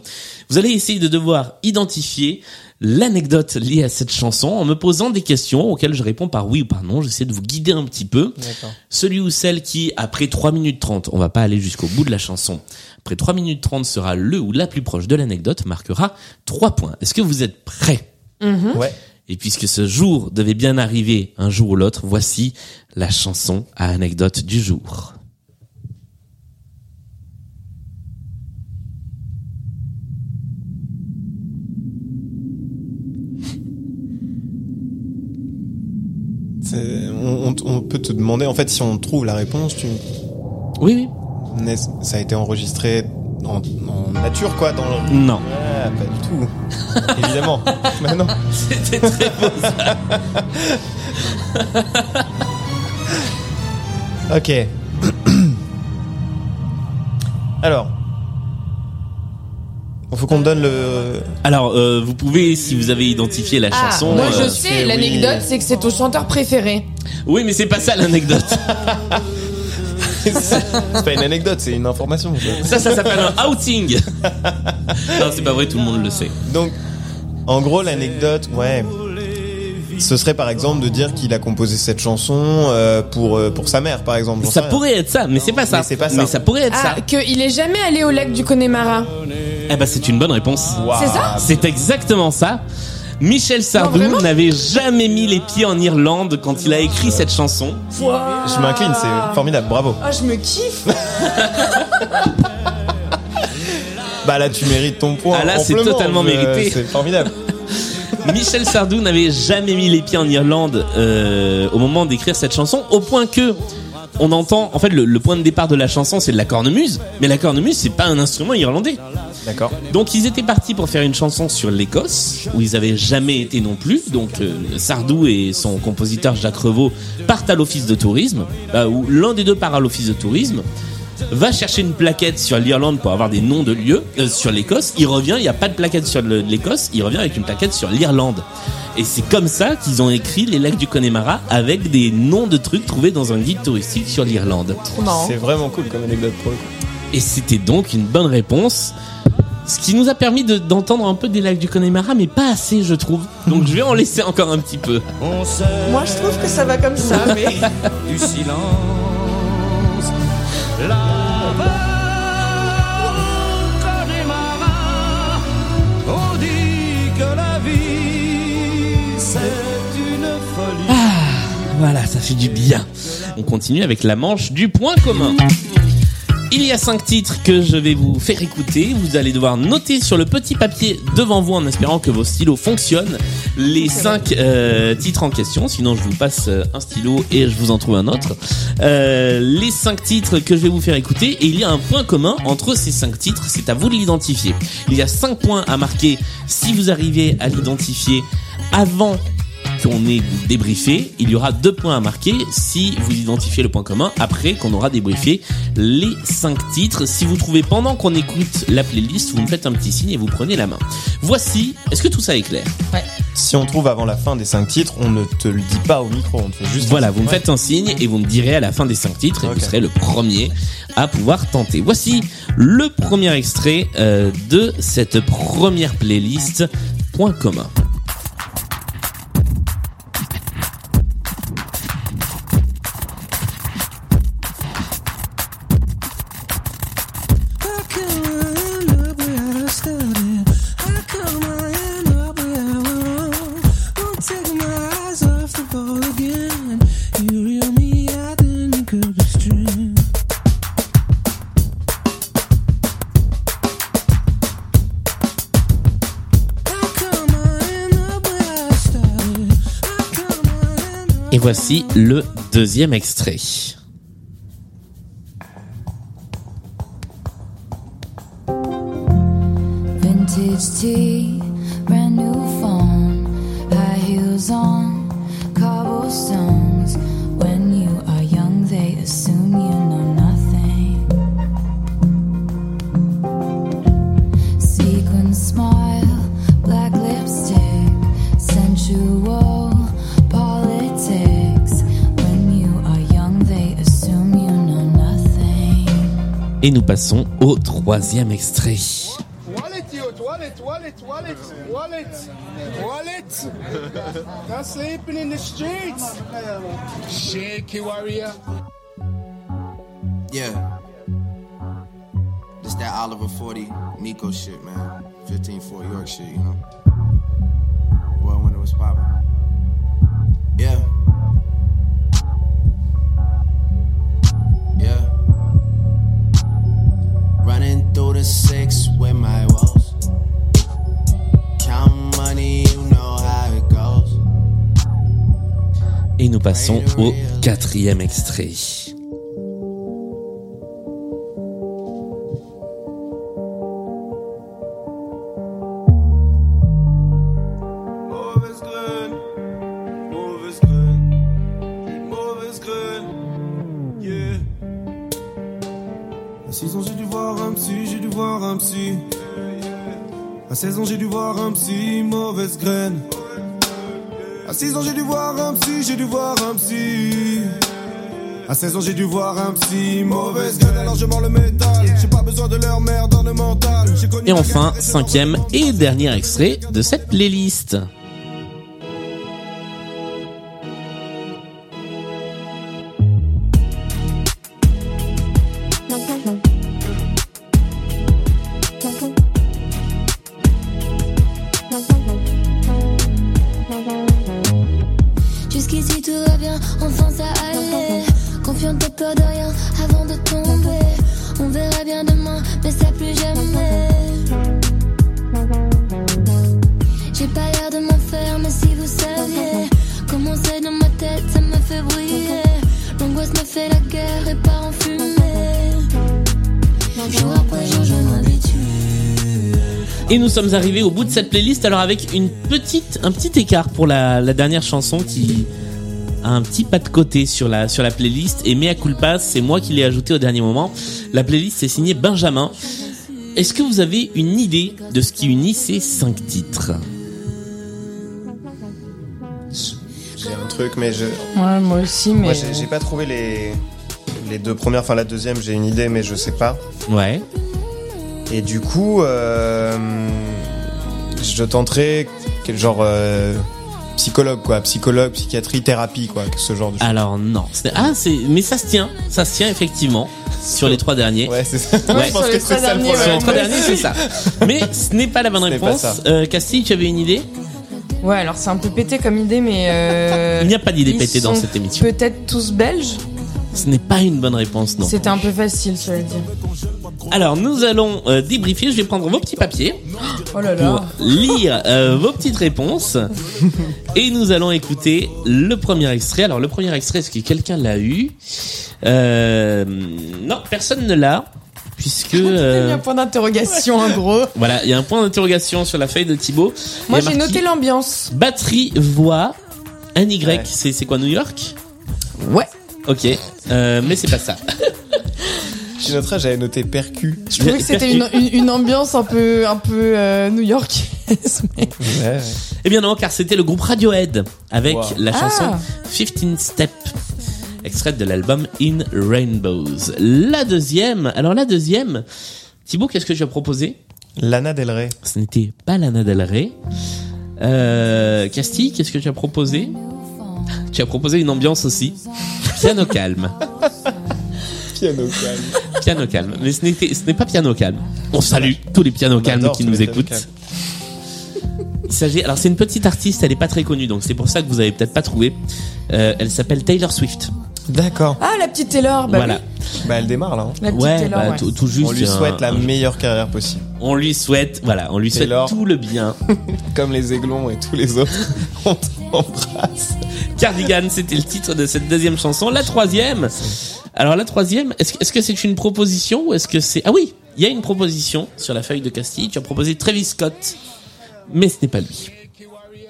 B: Vous allez essayer de devoir identifier l'anecdote liée à cette chanson en me posant des questions auxquelles je réponds par oui ou par non. J'essaie de vous guider un petit peu. Celui ou celle qui, après 3 minutes 30, on va pas aller jusqu'au bout de la chanson, après 3 minutes 30 sera le ou la plus proche de l'anecdote, marquera 3 points. Est-ce que vous êtes prêts
D: Ouais.
B: et puisque ce jour devait bien arriver un jour ou l'autre, voici la chanson à anecdote du jour.
D: C'est- On, on- on peut te demander, en fait, si on trouve la réponse, tu.
B: Oui, oui.
D: Mais ça a été enregistré en, en nature, quoi, dans le.
B: Non.
D: Ah, pas du tout. Évidemment. Mais non.
B: C'était très beau ça.
D: Ok. Alors. Faut qu'on me donne le.
B: Alors, euh, vous pouvez, si vous avez identifié la
C: Ah,
B: chanson...
C: moi je
B: euh,
C: sais,
D: oui.
C: l'anecdote c'est que c'est ton chanteur préféré.
B: Oui, mais c'est pas ça l'anecdote.
D: C'est pas une anecdote, c'est une information.
B: ça, ça s'appelle un outing. non, c'est pas vrai, tout le monde le sait.
D: Donc, en gros, l'anecdote, ouais. Ce serait par exemple de dire qu'il a composé cette chanson euh, pour, euh, pour sa mère, par exemple. J'en
B: Ça
D: sais rien.
B: pourrait être ça, mais c'est pas ça.
D: Mais c'est pas ça.
B: pourrait être
C: Ah,
B: ça.
C: qu'il est jamais allé au lac du Connemara.
B: Eh ben, c'est une bonne réponse.
C: C'est ça
B: C'est exactement ça. Michel Sardou
C: vraiment
B: n'avait jamais mis les pieds en Irlande quand il a écrit cette chanson.
D: Je m'incline, c'est formidable, bravo.
C: Ah, je me kiffe
D: Bah là, tu mérites ton point.
B: Ah là, c'est
D: amplement,
B: totalement
D: je-
B: mérité.
D: C'est formidable.
B: Michel Sardou n'avait jamais mis les pieds en Irlande euh, au moment d'écrire cette chanson, au point que on entend, en fait, le, le point de départ de la chanson, c'est de la cornemuse, mais la cornemuse, c'est pas un instrument irlandais.
D: D'accord.
B: Donc ils étaient partis pour faire une chanson sur l'Écosse, où ils avaient jamais été non plus. Donc euh, Sardou et son compositeur Jacques Revaux partent à l'office de tourisme, euh, ou l'un des deux part à l'office de tourisme, va chercher une plaquette sur l'Irlande pour avoir des noms de lieux, euh, sur l'Écosse, il revient, il n'y a pas de plaquette sur le- l'Écosse, il revient avec une plaquette sur l'Irlande. Et c'est comme ça qu'ils ont écrit les lacs du Connemara avec des noms de trucs trouvés dans un guide touristique sur l'Irlande.
C: Non.
D: C'est vraiment cool comme anecdote pour le coup.
B: Et c'était donc une bonne réponse. Ce qui nous a permis de- d'entendre un peu des lacs du Connemara, mais pas assez, je trouve. Donc je vais en laisser encore un petit peu.
H: On se
K: Moi, je trouve que ça va comme ça, mais.
H: du silence. La peur des marins. On dit que la vie, c'est une folie.
B: Voilà, ça fait du bien. On continue avec la manche du point commun. Il y a cinq titres que je vais vous faire écouter. Vous allez devoir noter sur le petit papier devant vous en espérant que vos stylos fonctionnent les cinq euh, titres en question. Sinon, je vous passe euh, un stylo et je vous en trouve un autre. Euh, les cinq titres que je vais vous faire écouter et il y a un point commun entre ces cinq titres. C'est à vous de l'identifier. Il y a cinq points à marquer si vous arrivez à l'identifier avant qu'on ait débriefé, il y aura deux points à marquer si vous identifiez le point commun après qu'on aura débriefé les cinq titres. Si vous trouvez pendant qu'on écoute la playlist, vous me faites un petit signe et vous prenez la main. Voici, est-ce que tout ça est clair
D: Si on trouve avant la fin des cinq titres, on ne te le dit pas au micro, on te fait juste.
B: Voilà, vous me
D: Ouais.
B: faites un signe et vous me direz à la fin des cinq titres et vous serez le premier à pouvoir tenter. Voici le premier extrait euh, de cette première playlist point commun.
G: I can't end up where I started. I can't end up where I went wrong. Won't take my eyes off the ball again. You reel me out, then you could be string. I can't end up where I started.
B: Et voici le deuxième extrait.
J: Vintage tea, brand new phone, high heels on, cobblestones. When you are young, they assume you know nothing. Sequin smile, black lipstick, sensual politics. When you are young, they assume you know nothing.
B: Et nous passons au troisième extrait.
M: Wallet, youth, wallet, wallet, wallet, wallet, wallet. They're sleeping in the streets. Shaky warrior.
N: Yeah. It's that Oliver 40 Nico shit, man. 15 Fort York shit, you know? Well, when it was popping. Yeah. Yeah. Running through the six with my woes. Count money, you know how it goes.
B: Et nous passons au quatrième extrait.
O: À 6 ans, j'ai dû voir un psy, j'ai dû voir un psy. À 16 ans, j'ai dû voir un psy, mauvaise graine. À 6 ans, j'ai dû voir un psy, j'ai dû voir un psy. À 16 ans, j'ai dû voir un psy, mauvaise graine. Alors je mords le métal, j'ai pas besoin de leur merde dans le mental. J'ai connu
B: Et enfin, cinquième et dernier extrait de cette playlist.
I: Jusqu'ici tout va bien, enfin ça allait. Confiante, t'as peur de rien avant de tomber. On verra bien demain, mais ça plus jamais. J'ai pas l'air de m'en faire, mais si vous saviez comment c'est dans ma tête, ça me fait briller. L'angoisse me fait la guerre et part en fumée. Jour après jour, je
B: Et nous sommes arrivés au bout de cette playlist, alors avec une petite, un petit écart pour la, la dernière chanson qui a un petit pas de côté sur la, sur la playlist. Et Mea Culpa, c'est moi qui l'ai ajouté au dernier moment. La playlist est signée Benjamin. Est-ce que vous avez une idée de ce qui unit ces cinq titres
D: J'ai un truc, mais je.
C: Ouais, moi aussi, mais.
D: Moi, j'ai j'ai pas trouvé les les deux premières. Enfin, la deuxième, j'ai une idée, mais je sais pas.
B: Ouais.
D: Et du coup, euh, je tenterai quel genre euh, psychologue, quoi, psychologue, psychiatrie, thérapie, quoi, ce genre de. choses.
B: Alors non. Ce n'est- Ah, c'est mais ça se tient, ça se tient effectivement sur les trois derniers. Ouais,
D: c'est ça.
B: Ouais.
D: Je pense Sur que les c'est trois ça le derniers,
B: Ah,
D: problème.
B: Sur les trois
D: ouais.
B: derniers, c'est ça. Mais ce n'est pas la bonne
D: n'est pas
B: réponse.
D: ça.
B: Euh, Castille, tu avais une idée
C: Ouais, alors c'est un peu pété comme idée, mais. euh,
B: Il n'y a pas d'idée
C: ils
B: pétée dans
C: sont
B: cette émission.
C: Peut-être tous belges
B: Ce n'est pas une bonne réponse, non.
C: C'était un peu facile, je vais dire.
B: Alors, nous allons euh, débriefer. Je vais prendre vos petits papiers
C: Oh là
B: pour
C: là.
B: lire euh, vos petites réponses. Et nous allons écouter le premier extrait. Alors, le premier extrait, est-ce que quelqu'un l'a eu Euh, Non, personne ne l'a. Puisque.
C: Il y a
B: euh,
C: un point d'interrogation, en gros.
B: voilà, il y a un point d'interrogation sur la feuille de Thibaut.
C: Moi,
B: Il y a
C: j'ai
B: marqué
C: noté l'ambiance.
B: Batterie, voix, un Y. C'est c'est quoi, New York
C: Ouais.
B: Ok, euh, mais c'est pas ça.
D: Je noterais, j'avais noté percu.
C: Je trouvais que c'était une, une- une ambiance un peu, un peu euh, New York.
B: Eh bien non, car c'était le groupe Radiohead avec
D: Wow.
B: la chanson
C: Ah.
B: 15 Step, extraite de l'album In Rainbows. La deuxième, alors la deuxième, Thibaut, qu'est-ce que tu as proposé
D: Lana Del Rey.
B: Ce n'était pas Lana Del Rey. Euh, Castille, qu'est-ce que tu as proposé Tu as proposé une ambiance aussi. Piano calme.
D: Piano calme.
B: Piano calme. Mais ce, n'était- ce n'est pas piano calme. On salue tous les pianos calmes
D: adore
B: qui
D: tous
B: nous
D: les pianos
B: écoutent.
D: calmes.
B: Il s'agit, alors c'est une petite artiste, elle n'est pas très connue, donc c'est pour ça que vous avez peut-être pas trouvé. Euh, elle s'appelle Taylor Swift.
D: D'accord.
C: Ah, la petite Taylor. Bah
B: voilà.
C: oui.
D: Bah, elle démarre là. hein.
C: La petite
B: Ouais,
C: Taylor,
B: bah,
C: ouais.
B: tout, tout juste.
D: on lui
B: un-
D: souhaite la
B: un-
D: meilleure carrière possible.
B: On lui souhaite, voilà, on lui souhaite
D: Taylor.
B: tout le bien.
D: Comme les aiglons et tous les autres. On t'embrasse.
B: Cardigan, c'était le titre de cette deuxième chanson. La troisième. Alors la troisième, est-ce est-ce que c'est une proposition ou est-ce que c'est ah oui, il y a une proposition sur la feuille de Castille. Tu as proposé Travis Scott, mais ce n'est pas lui.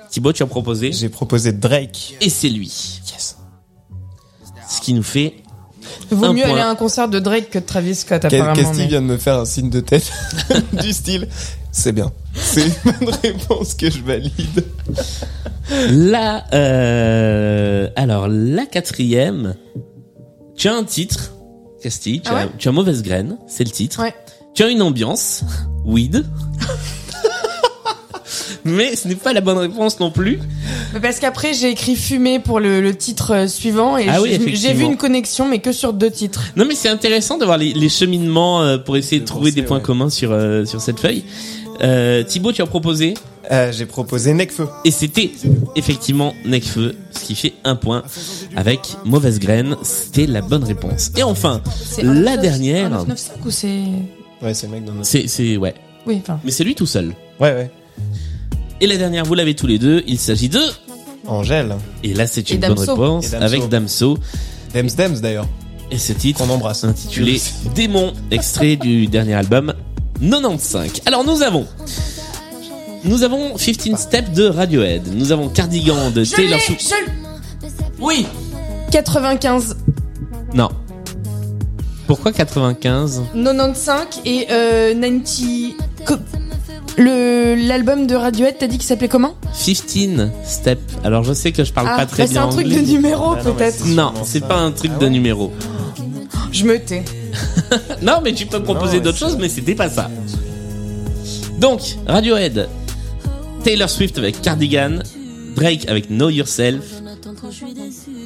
B: Thibaut, tu as proposé
D: J'ai proposé Drake.
B: et c'est lui. Ce qui nous fait
C: Vaut
B: un
C: mieux aller
B: point.
C: à un concert de Drake que de Travis Scott, apparemment.
D: Castille
C: mais-
D: vient de me faire un signe de tête du style. C'est bien. C'est une bonne réponse que je valide.
B: La euh, alors la quatrième, tu as un titre, Castille, tu,
C: Ah
B: as,
C: ouais
B: tu as mauvaise graine, c'est le titre.
C: Ouais.
B: Tu as une ambiance, weed. Mais ce n'est pas la bonne réponse non plus.
C: Mais Parce qu'après, j'ai écrit Fumer pour le, le titre euh, suivant et
B: Ah
C: je-
B: oui,
C: j'ai
B: effectivement.
C: vu une connexion, mais que sur deux titres.
B: Non mais c'est intéressant d'avoir les, les cheminements euh, pour essayer de trouver des points communs sur euh, sur cette feuille. Euh, Thibaut, tu as proposé
D: Euh, J'ai proposé Necfeu.
B: et c'était effectivement Necfeu, ce qui fait un point avec mauvaise graine. C'était la bonne réponse. Et enfin,
C: C'est un
B: la
C: 995,
B: dernière.
C: un 995 ou c'est.
D: Ouais, c'est le mec dans notre.
B: C'est, c'est, ouais.
C: Oui, enfin.
B: Mais c'est lui tout seul.
D: Ouais, ouais.
B: Et la dernière, vous l'avez tous les deux. Il s'agit de.
D: Angèle.
B: Et là, c'est
C: Et
B: une bonne
C: Damso.
B: réponse
D: Et Damso.
B: avec Damso.
D: Dems Dems d'ailleurs.
B: Et ce titre
D: Qu'on embrasse.
B: intitulé Démon, extrait du dernier album 95. Alors nous avons. Nous avons 15 Steps de Radiohead. Nous avons Cardigan de
C: Je
B: Taylor
C: l'ai,
B: Swift.
C: je l'ai.
B: Oui
C: 95,
B: Non. Pourquoi 95
C: 95 et euh, 90. co- Le l'album de Radiohead, t'as dit qu'il s'appelait comment
B: 15 Steps. Alors je sais que je parle
C: Ah,
B: pas très
C: bah, c'est
B: bien
C: un truc
B: anglais. Bah,
C: de numéro
D: Ah non, mais
C: peut-être.
B: Non,
D: Sûrement
B: c'est
D: ça.
B: pas un truc
D: Ah
B: de
D: ouais
B: numéro.
C: Je me tais.
B: Non, mais tu peux me proposer
D: ouais,
B: d'autres
D: c'est
B: choses, mais c'était pas ça. Donc, Radiohead, Taylor Swift avec Cardigan, Drake avec Know Yourself,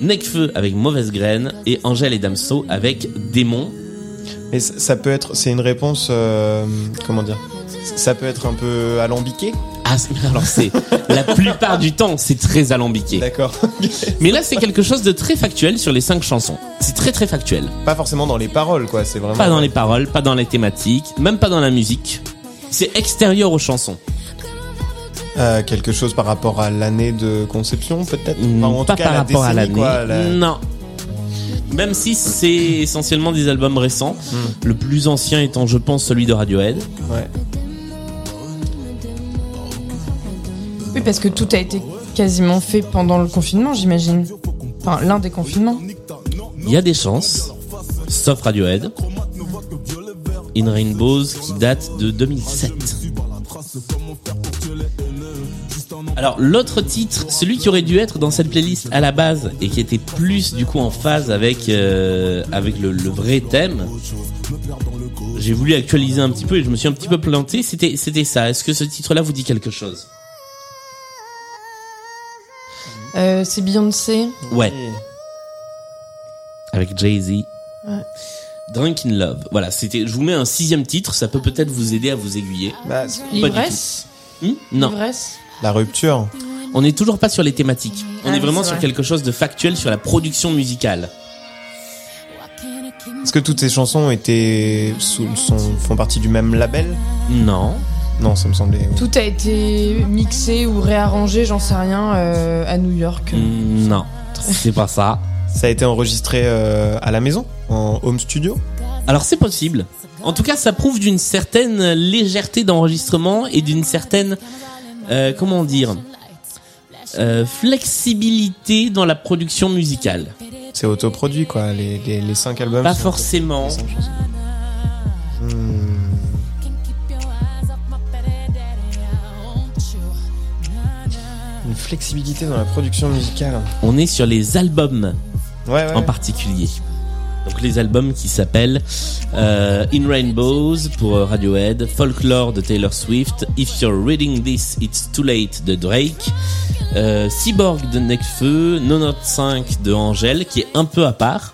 B: Necfeu avec Mauvaise Graine et Angèle et Damso avec Démon.
D: Mais ça ça peut être. C'est une réponse. euh, comment dire Ça peut être un peu alambiqué.
B: Ah, c'est- alors c'est la plupart du temps, c'est très alambiqué.
D: D'accord.
B: Mais là, c'est quelque chose de très factuel sur les cinq chansons. C'est très très factuel.
D: pas forcément dans les paroles, quoi. C'est vraiment.
B: Pas dans les paroles, pas dans les thématiques, même pas dans la musique. C'est extérieur aux chansons.
D: Euh, quelque chose par rapport à l'année de conception, peut-être. Enfin, en
B: pas
D: tout cas,
B: par
D: la
B: rapport à
D: décennie,
B: l'année.
D: quoi, la-
B: Mm. Non. Même si c'est essentiellement des albums récents,
D: Mm.
B: le plus ancien étant, je pense, celui de Radiohead.
D: Ouais.
C: Oui, parce que tout a été quasiment fait pendant le confinement, j'imagine. Enfin, l'un des confinements.
B: Il y a des chances, sauf Radiohead. In Rainbows qui date de 2007. Alors l'autre titre, celui qui aurait dû être dans cette playlist à la base et qui était plus du coup en phase avec euh, avec le, le vrai thème, j'ai voulu actualiser un petit peu et je me suis un petit peu planté. C'était c'était ça. Est-ce que ce titre-là vous dit quelque chose
C: Euh, c'est Beyoncé.
B: Ouais. Avec Jay Z.
C: Ouais.
B: Drunk in Love. Voilà, c'était. Je vous mets un sixième titre. Ça peut peut-être vous aider à vous aiguiller.
D: Bah, c'est-
B: du
C: L'ivresse
B: Hmm non.
C: L'ivresse
D: la rupture.
B: On n'est toujours pas sur les thématiques. On
C: Ah
B: est
C: oui,
B: vraiment
C: c'est
B: sur
C: vrai.
B: quelque chose de factuel sur la production musicale.
D: Est-ce que toutes ces chansons étaient sous- sont- font partie du même label
B: Non.
D: Non, ça me semblait.
C: Tout a été mixé ou réarrangé, j'en sais rien, euh, à New York.
B: Mm. Non, c'est pas ça.
D: Ça a été enregistré euh, à la maison, en home studio
B: Alors c'est possible. En tout cas, ça prouve d'une certaine légèreté d'enregistrement et d'une certaine euh, comment dire euh, flexibilité dans la production musicale.
D: C'est autoproduit, quoi. Les, les, les cinq albums.
B: Pas
D: sont-
B: forcément.
D: Hmm. Une flexibilité dans la production musicale.
B: On est sur les albums
D: Ouais, ouais,
B: en
D: ouais.
B: particulier. Donc les albums qui s'appellent euh, In Rainbows pour euh, Radiohead, Folklore de Taylor Swift, If You're Reading This It's Too Late de Drake, euh, Cyborg de Necfeu, 95 de Angèle qui est un peu à part,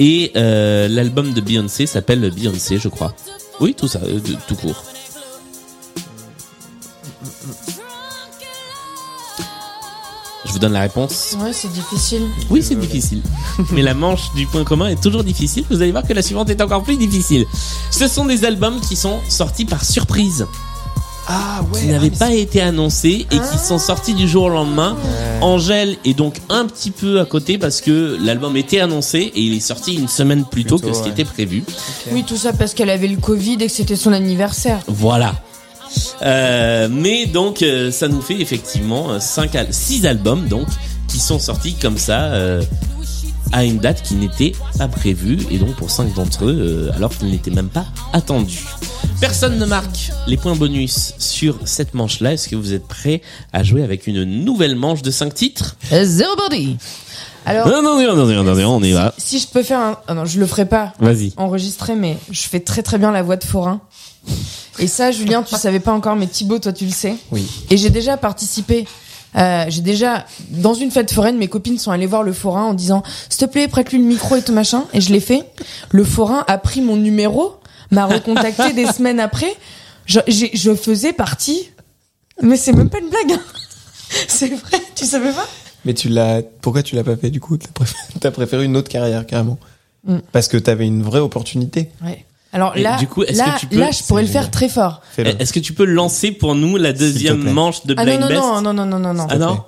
B: et euh, l'album de Beyoncé s'appelle Beyoncé je crois. Oui tout ça, euh, de- tout court. Je vous donne la réponse.
C: Ouais, c'est difficile.
B: Oui, c'est difficile. Mais la manche du point commun est toujours difficile. Vous allez voir que la suivante est encore plus difficile. Ce sont des albums qui sont sortis par surprise.
D: Ah
B: Qui n'avaient pas été annoncés et qui sont sortis du jour au lendemain. Angèle est donc un petit peu à côté parce que l'album était annoncé et il est sorti une semaine plus tôt
C: Plutôt,
B: que ce qui
C: ouais.
B: était prévu.
C: Oui, tout ça parce qu'elle avait le Covid et que c'était son anniversaire.
B: Voilà. Euh, mais donc euh, ça nous fait effectivement euh, 5 6 albums donc qui sont sortis comme ça euh, à une date qui n'était pas prévue et donc pour 5 d'entre eux euh, alors qu'ils n'étaient même pas attendus. Personne ne marque les points bonus sur cette manche là. Est-ce que vous êtes prêts à jouer avec une nouvelle manche de 5 titres
C: Zero Body. Alors,
B: Non non non non non non, non, on y va.
C: si je peux faire un. ah non, je le ferai pas.
B: Vas-y.
C: Enregistré, mais je fais très très bien la voix de forain. Et ça, Julien, tu savais pas encore, mais Thibaut, toi, tu le sais.
D: Oui.
C: Et j'ai déjà participé. euh, j'ai déjà dans une fête foraine, mes copines sont allées voir le forain en disant s'il te plaît prête-lui le micro et tout machin. Et je l'ai fait. Le forain a pris mon numéro, m'a recontacté des semaines après. Je, j'ai- je faisais partie. Mais c'est même pas une blague. hein. C'est vrai, tu savais pas
D: Mais tu l'as. Pourquoi tu l'as pas fait du coup T'as préféré, t'as préféré une autre carrière carrément.
C: Mm.
D: Parce que t'avais une vraie opportunité.
C: Ouais. Alors
B: Et
C: là,
B: du coup, est-ce
C: là,
B: que tu peux-
C: là, je pourrais le
B: C'est
C: faire très fort.
B: Est-ce que tu peux lancer pour nous la deuxième manche de
C: Ah
B: Blind
C: non non
B: Best
C: non non non non non non.
B: Ah non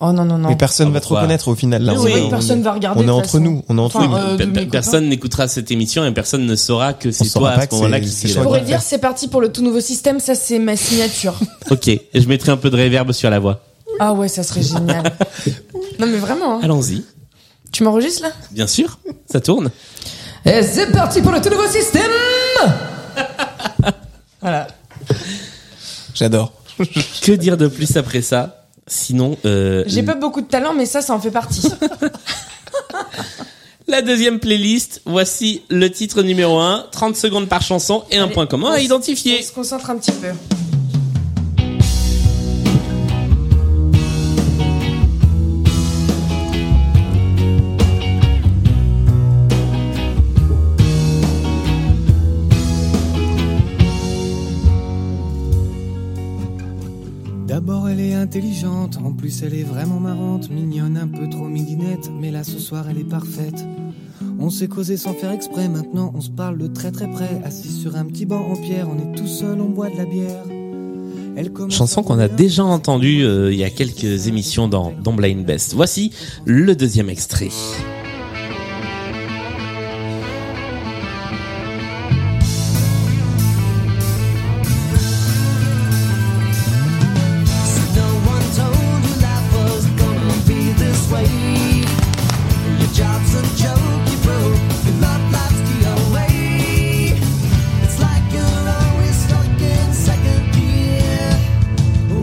C: Oh non non non.
D: Mais personne va te
B: pourquoi
D: reconnaître au final. Là,
C: Mais
D: on
C: oui,
D: est- on
C: personne
D: est-
C: va regarder,
D: On est
C: de toute
D: entre
C: façon.
D: nous. On est entre
C: Enfin,
D: nous.
C: euh,
B: Pe-
C: de mes
B: personne n'écoutera cette émission et personne ne saura que c'est
D: saura
B: toi
D: pas
B: à ce
D: que
B: moment-là
D: c'est-
B: qui
D: c'est
B: qui
C: Je
B: l'a
C: pourrais
B: fait.
C: dire c'est parti pour le tout nouveau système, ça c'est ma signature.
B: Ok, je mettrai un peu de réverb sur la voix.
C: ah ouais, ça serait génial. non mais vraiment. hein.
B: Allons-y.
C: Tu m'enregistres là
B: Bien sûr, ça tourne.
C: Et Eh, c'est parti pour le tout nouveau système. voilà.
D: J'adore.
B: que dire de plus après ça Sinon, euh,
C: J'ai pas beaucoup de talent, mais ça, ça en fait partie.
B: la deuxième playlist, voici le titre numéro 1, 30 secondes par chanson et un point commun à identifier.
C: On se concentre un petit peu.
P: D'abord elle est intelligente, en plus elle est vraiment marrante, mignonne, un peu trop midinette, mais là ce soir elle est parfaite. On s'est causé sans faire exprès, maintenant on se parle de très très près, assis sur un petit banc en pierre, on est tout seul, on boit de la bière. Elle commence
B: Chanson qu'on a déjà entendue euh, il y a quelques émissions dans, dans Blind Best. Voici le deuxième extrait.
E: No one told you life was gonna be this way. Your job's a joke, you broke. Your love life's the away. It's like you're always stuck in second gear.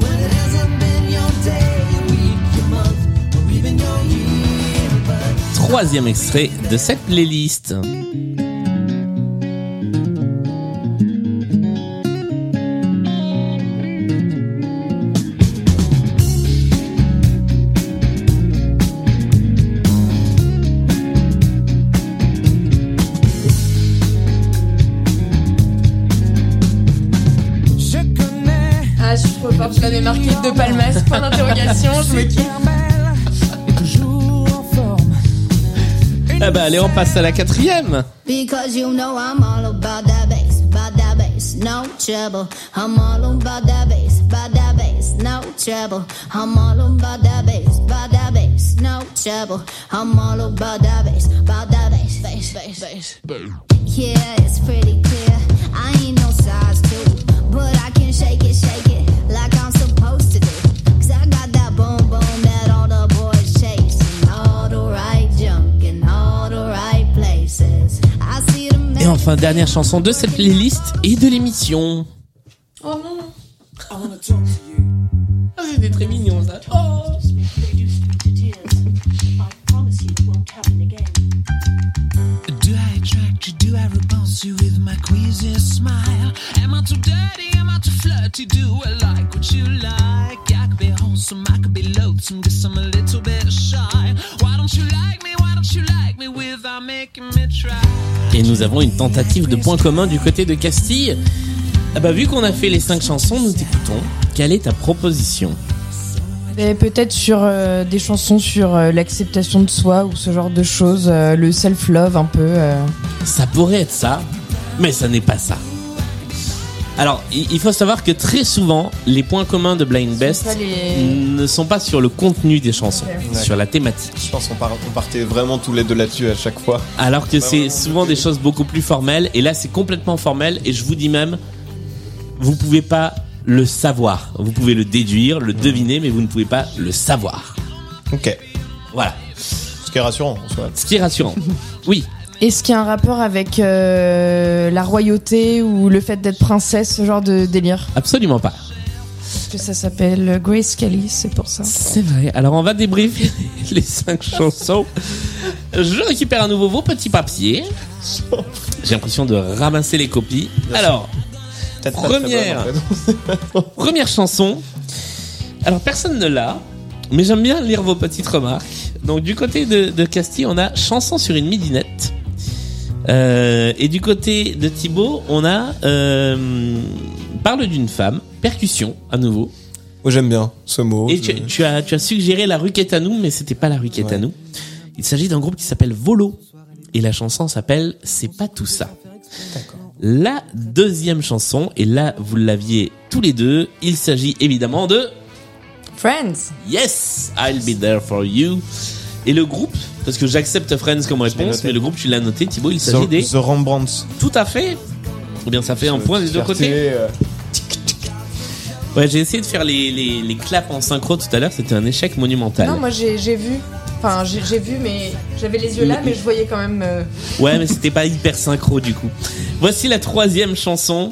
E: When it hasn't been your day, your week, your month, or even your year. But
B: Troisième extrait de cette playlist.
P: Je connais
C: Ah, je peux pas, je l'avais marqué de Palmas, point d'interrogation, je me
P: Super belle, toujours en forme. Une
B: Ah bah allez, on passe à la quatrième.
E: Because you know I'm all about that bass, about that bass, no trouble. I'm all about that bass, about that bass, no trouble. I'm all about that bass, about that bass, no trouble. I'm all about that bass, about that bass, bass, bass, bass. Yeah, it's pretty clear. I ain't no size two, but I can shake it, shake it like I'm supposed to do. Cause I got that boom boom that all the boys chase. And all the right junk in all the right places. I see the
B: Et enfin, dernière chanson de cette playlist et de l'émission.
K: Oh non.
B: Ah, c'était très mignon ça. Oh.
Q: Do I attract you? Do I repulse you with my queasy smile? Am I too dirty? Am I too flirty? Do I like what you like? I could be wholesome, I could be loathsome, guess I'm a little bit shy. Why don't you like me? Why don't you like me without making me try?
B: Et nous avons une tentative de point commun du côté de Castille. Ah bah vu qu'on a fait les cinq chansons, nous t'écoutons. Quelle est ta proposition
C: Mais peut-être sur euh, des chansons sur euh, l'acceptation de soi ou ce genre de choses, euh, le self-love un peu. euh.
B: Ça pourrait être ça, mais ça n'est pas ça. Alors, il il faut savoir que très souvent, les points communs de Blind Best
C: pas les-
B: ne sont pas sur le contenu des chansons,
D: Ouais.
B: sur la thématique.
D: Je pense qu'on par- on partait vraiment tous les deux là-dessus à chaque fois.
B: Alors que
D: Ouais,
B: c'est
D: ouais,
B: souvent des choses beaucoup plus formelles, et là c'est complètement formel, et je vous dis même, vous pouvez pas le savoir. Vous pouvez le déduire, le deviner, mais vous ne pouvez pas le savoir.
D: Ok.
B: Voilà.
D: Ce qui est rassurant en soi.
B: Ce qui est rassurant. Oui.
C: Est-ce qu'il y a un rapport avec euh, la royauté ou le fait d'être princesse, ce genre de délire
B: Absolument pas.
C: Parce que ça s'appelle Grace Kelly, c'est pour ça.
B: C'est vrai. Alors on va débriefer les cinq chansons. Je récupère à nouveau vos petits papiers. J'ai l'impression de ramasser les copies. Alors,
D: Peut-être pas très
B: première,
D: bonne,
B: première chanson. Alors personne ne l'a, mais j'aime bien lire vos petites remarques. Donc du côté de, de Castille, on a chanson sur une midinette. Euh, et du côté de Thibaut, on a euh, parle d'une femme, percussion à nouveau.
D: Moi j'aime bien ce mot.
B: Et
D: je-
B: tu, tu as, tu as suggéré la rue Quétanou, mais c'était pas la rue Quétanou. Il s'agit d'un groupe qui s'appelle Volo. Et la chanson s'appelle C'est pas tout ça. La deuxième chanson, et là vous l'aviez tous les deux, il s'agit évidemment de
C: Friends.
B: Yes, I'll be there for you. Et le groupe, parce que j'accepte Friends comme réponse,
D: noté.
B: mais le groupe tu l'as noté Thibaut, il s'agit
D: The,
B: des...
D: The Rembrandts.
B: Tout à fait. Ou bien ça fait un point des deux
D: Fierté,
B: côtés.
D: euh,
B: Ouais, j'ai essayé de faire les, les, les claps en synchro tout à l'heure, c'était un échec monumental.
C: Non, moi j'ai j'ai vu. Enfin, j'ai j'ai vu, mais j'avais les yeux là, mais je voyais quand même. euh,
B: Ouais, mais c'était pas hyper synchro du coup. Voici la troisième chanson.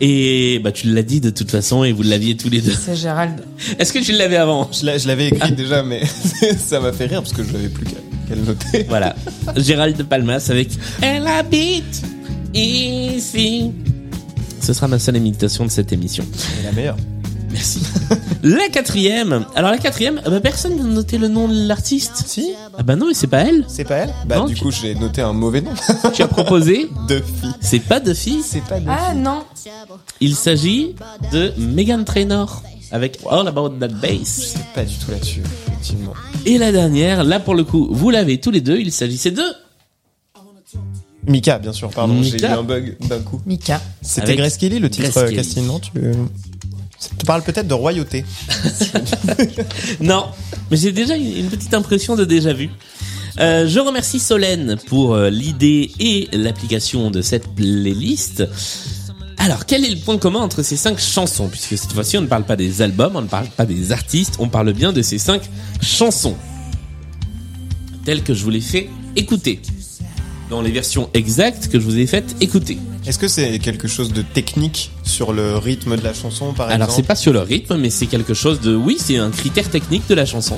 B: Et bah tu l'as dit de toute façon et vous l'aviez tous les deux.
C: C'est Gérald.
B: Est-ce que tu l'avais avant
D: Je l'a- je l'avais
B: Ah.
D: écrit déjà, mais ça m'a fait rire parce que je n'avais plus qu'à qu'à le noter.
B: Voilà. Gérald de Palmas avec Elle habite ici. Ce sera ma seule imitation de cette émission.
D: C'est la meilleure.
B: Merci. La quatrième. Alors la quatrième, ah bah, personne n'a noté le nom de l'artiste.
D: Si.
B: Ah bah non, mais c'est pas elle.
D: C'est pas elle Bah
B: Non,
D: du
B: tu-
D: coup j'ai noté un mauvais nom.
B: Tu as proposé
D: Duffy.
B: C'est pas Duffy.
D: C'est pas
C: Ah non
B: Il s'agit de Megan Trainor avec All About That Bass.
D: Pas du tout là-dessus, effectivement.
B: Et la dernière, là pour le coup, vous l'avez tous les deux, il s'agissait de
D: Mika, bien sûr, pardon, j'ai eu
B: Mika.
D: un bug d'un coup.
C: Mika.
D: C'était
B: Avec
D: Grace Kelly le titre
B: Grace
D: euh,
B: Kelly.
D: casting, non tu... tu parles peut-être de royauté.
B: Non, mais j'ai déjà une une petite impression de déjà vu. Euh, je remercie Solène pour euh, l'idée et l'application de cette playlist. Alors, quel est le point commun entre ces cinq chansons Puisque cette fois-ci, on ne parle pas des albums, on ne parle pas des artistes, on parle bien de ces cinq chansons. Telles que je vous les fais écouter. Dans les versions exactes que je vous ai faites écouter.
D: Est-ce que c'est quelque chose de technique sur le rythme de la chanson, par
B: Alors, c'est
D: exemple
B: pas sur le rythme, mais c'est quelque chose de... Oui, c'est un critère technique de la chanson.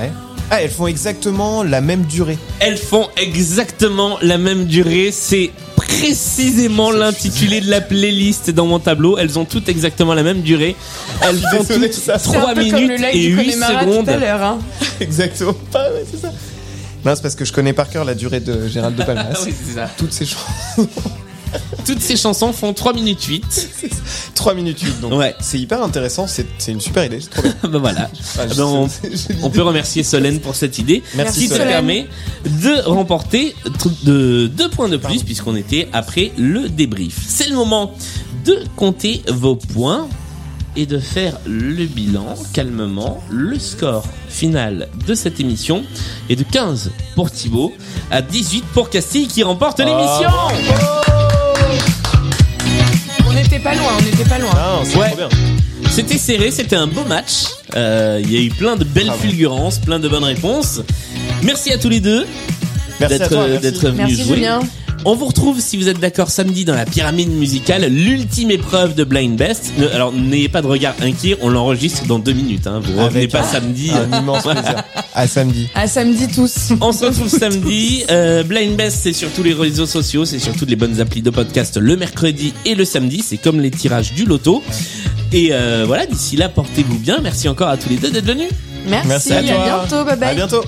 D: Ouais. Ah, elles font exactement la même durée.
B: Elles font exactement la même durée. C'est précisément l'intitulé de la playlist dans mon tableau. Elles ont toutes exactement la même durée. Elles font
D: Désolé,
B: toutes
D: ça-
C: C'est
B: 3
C: un peu
B: minutes
C: comme le live
B: et
C: du
B: 8
C: Connemara tout à
B: secondes.
C: l'heure. hein.
D: Exactement. Ah ouais, c'est ça. Non, c'est parce que je connais par cœur la durée de Gérald de Palmas.
B: Oui, Ah c'est ça.
D: Toutes ces choses.
B: Toutes ces chansons font 3 minutes 8.
D: 3 minutes 8, donc
B: ouais.
D: c'est hyper intéressant, c'est c'est une super idée, c'est trop bien.
B: bah voilà.
D: Ah, je-
B: Ben, on, on peut remercier Solène pour cette idée
D: Merci,
B: qui te
D: Solène.
B: permet de remporter tr- de deux points de plus puisqu'on était après le débrief. C'est le moment de compter vos points et de faire le bilan calmement. Le score final de cette émission est de 15 pour Thibaut à 18 pour Castille qui remporte
D: Ah,
B: l'émission.
C: On n'était pas loin, on n'était pas loin.
D: Ah,
B: Ouais. C'était serré, c'était un beau match. Euh, Il y a eu plein de belles fulgurances, plein de bonnes réponses. Merci à tous les deux
D: Merci à
B: d'être euh,
D: toi, merci.
B: d'être venus
D: Merci,
B: jouer.
D: Julien.
B: On vous retrouve si vous êtes d'accord samedi dans la pyramide musicale, l'ultime épreuve de Blind Best. Ne- Alors n'ayez pas de regard inquiet, on l'enregistre dans deux minutes. Hein. Vous revenez
D: Avec
B: pas
D: un-
B: samedi.
D: un immense plaisir. À samedi.
C: À samedi tous.
B: On se retrouve samedi. Euh, Blind Best, c'est sur tous les réseaux sociaux, c'est sur toutes les bonnes applis de podcast le mercredi et le samedi. C'est comme les tirages du loto. Et euh, voilà, d'ici là, portez-vous bien. Merci encore à tous les deux d'être venus.
C: Merci, à, bientôt, bye bye.
B: bientôt.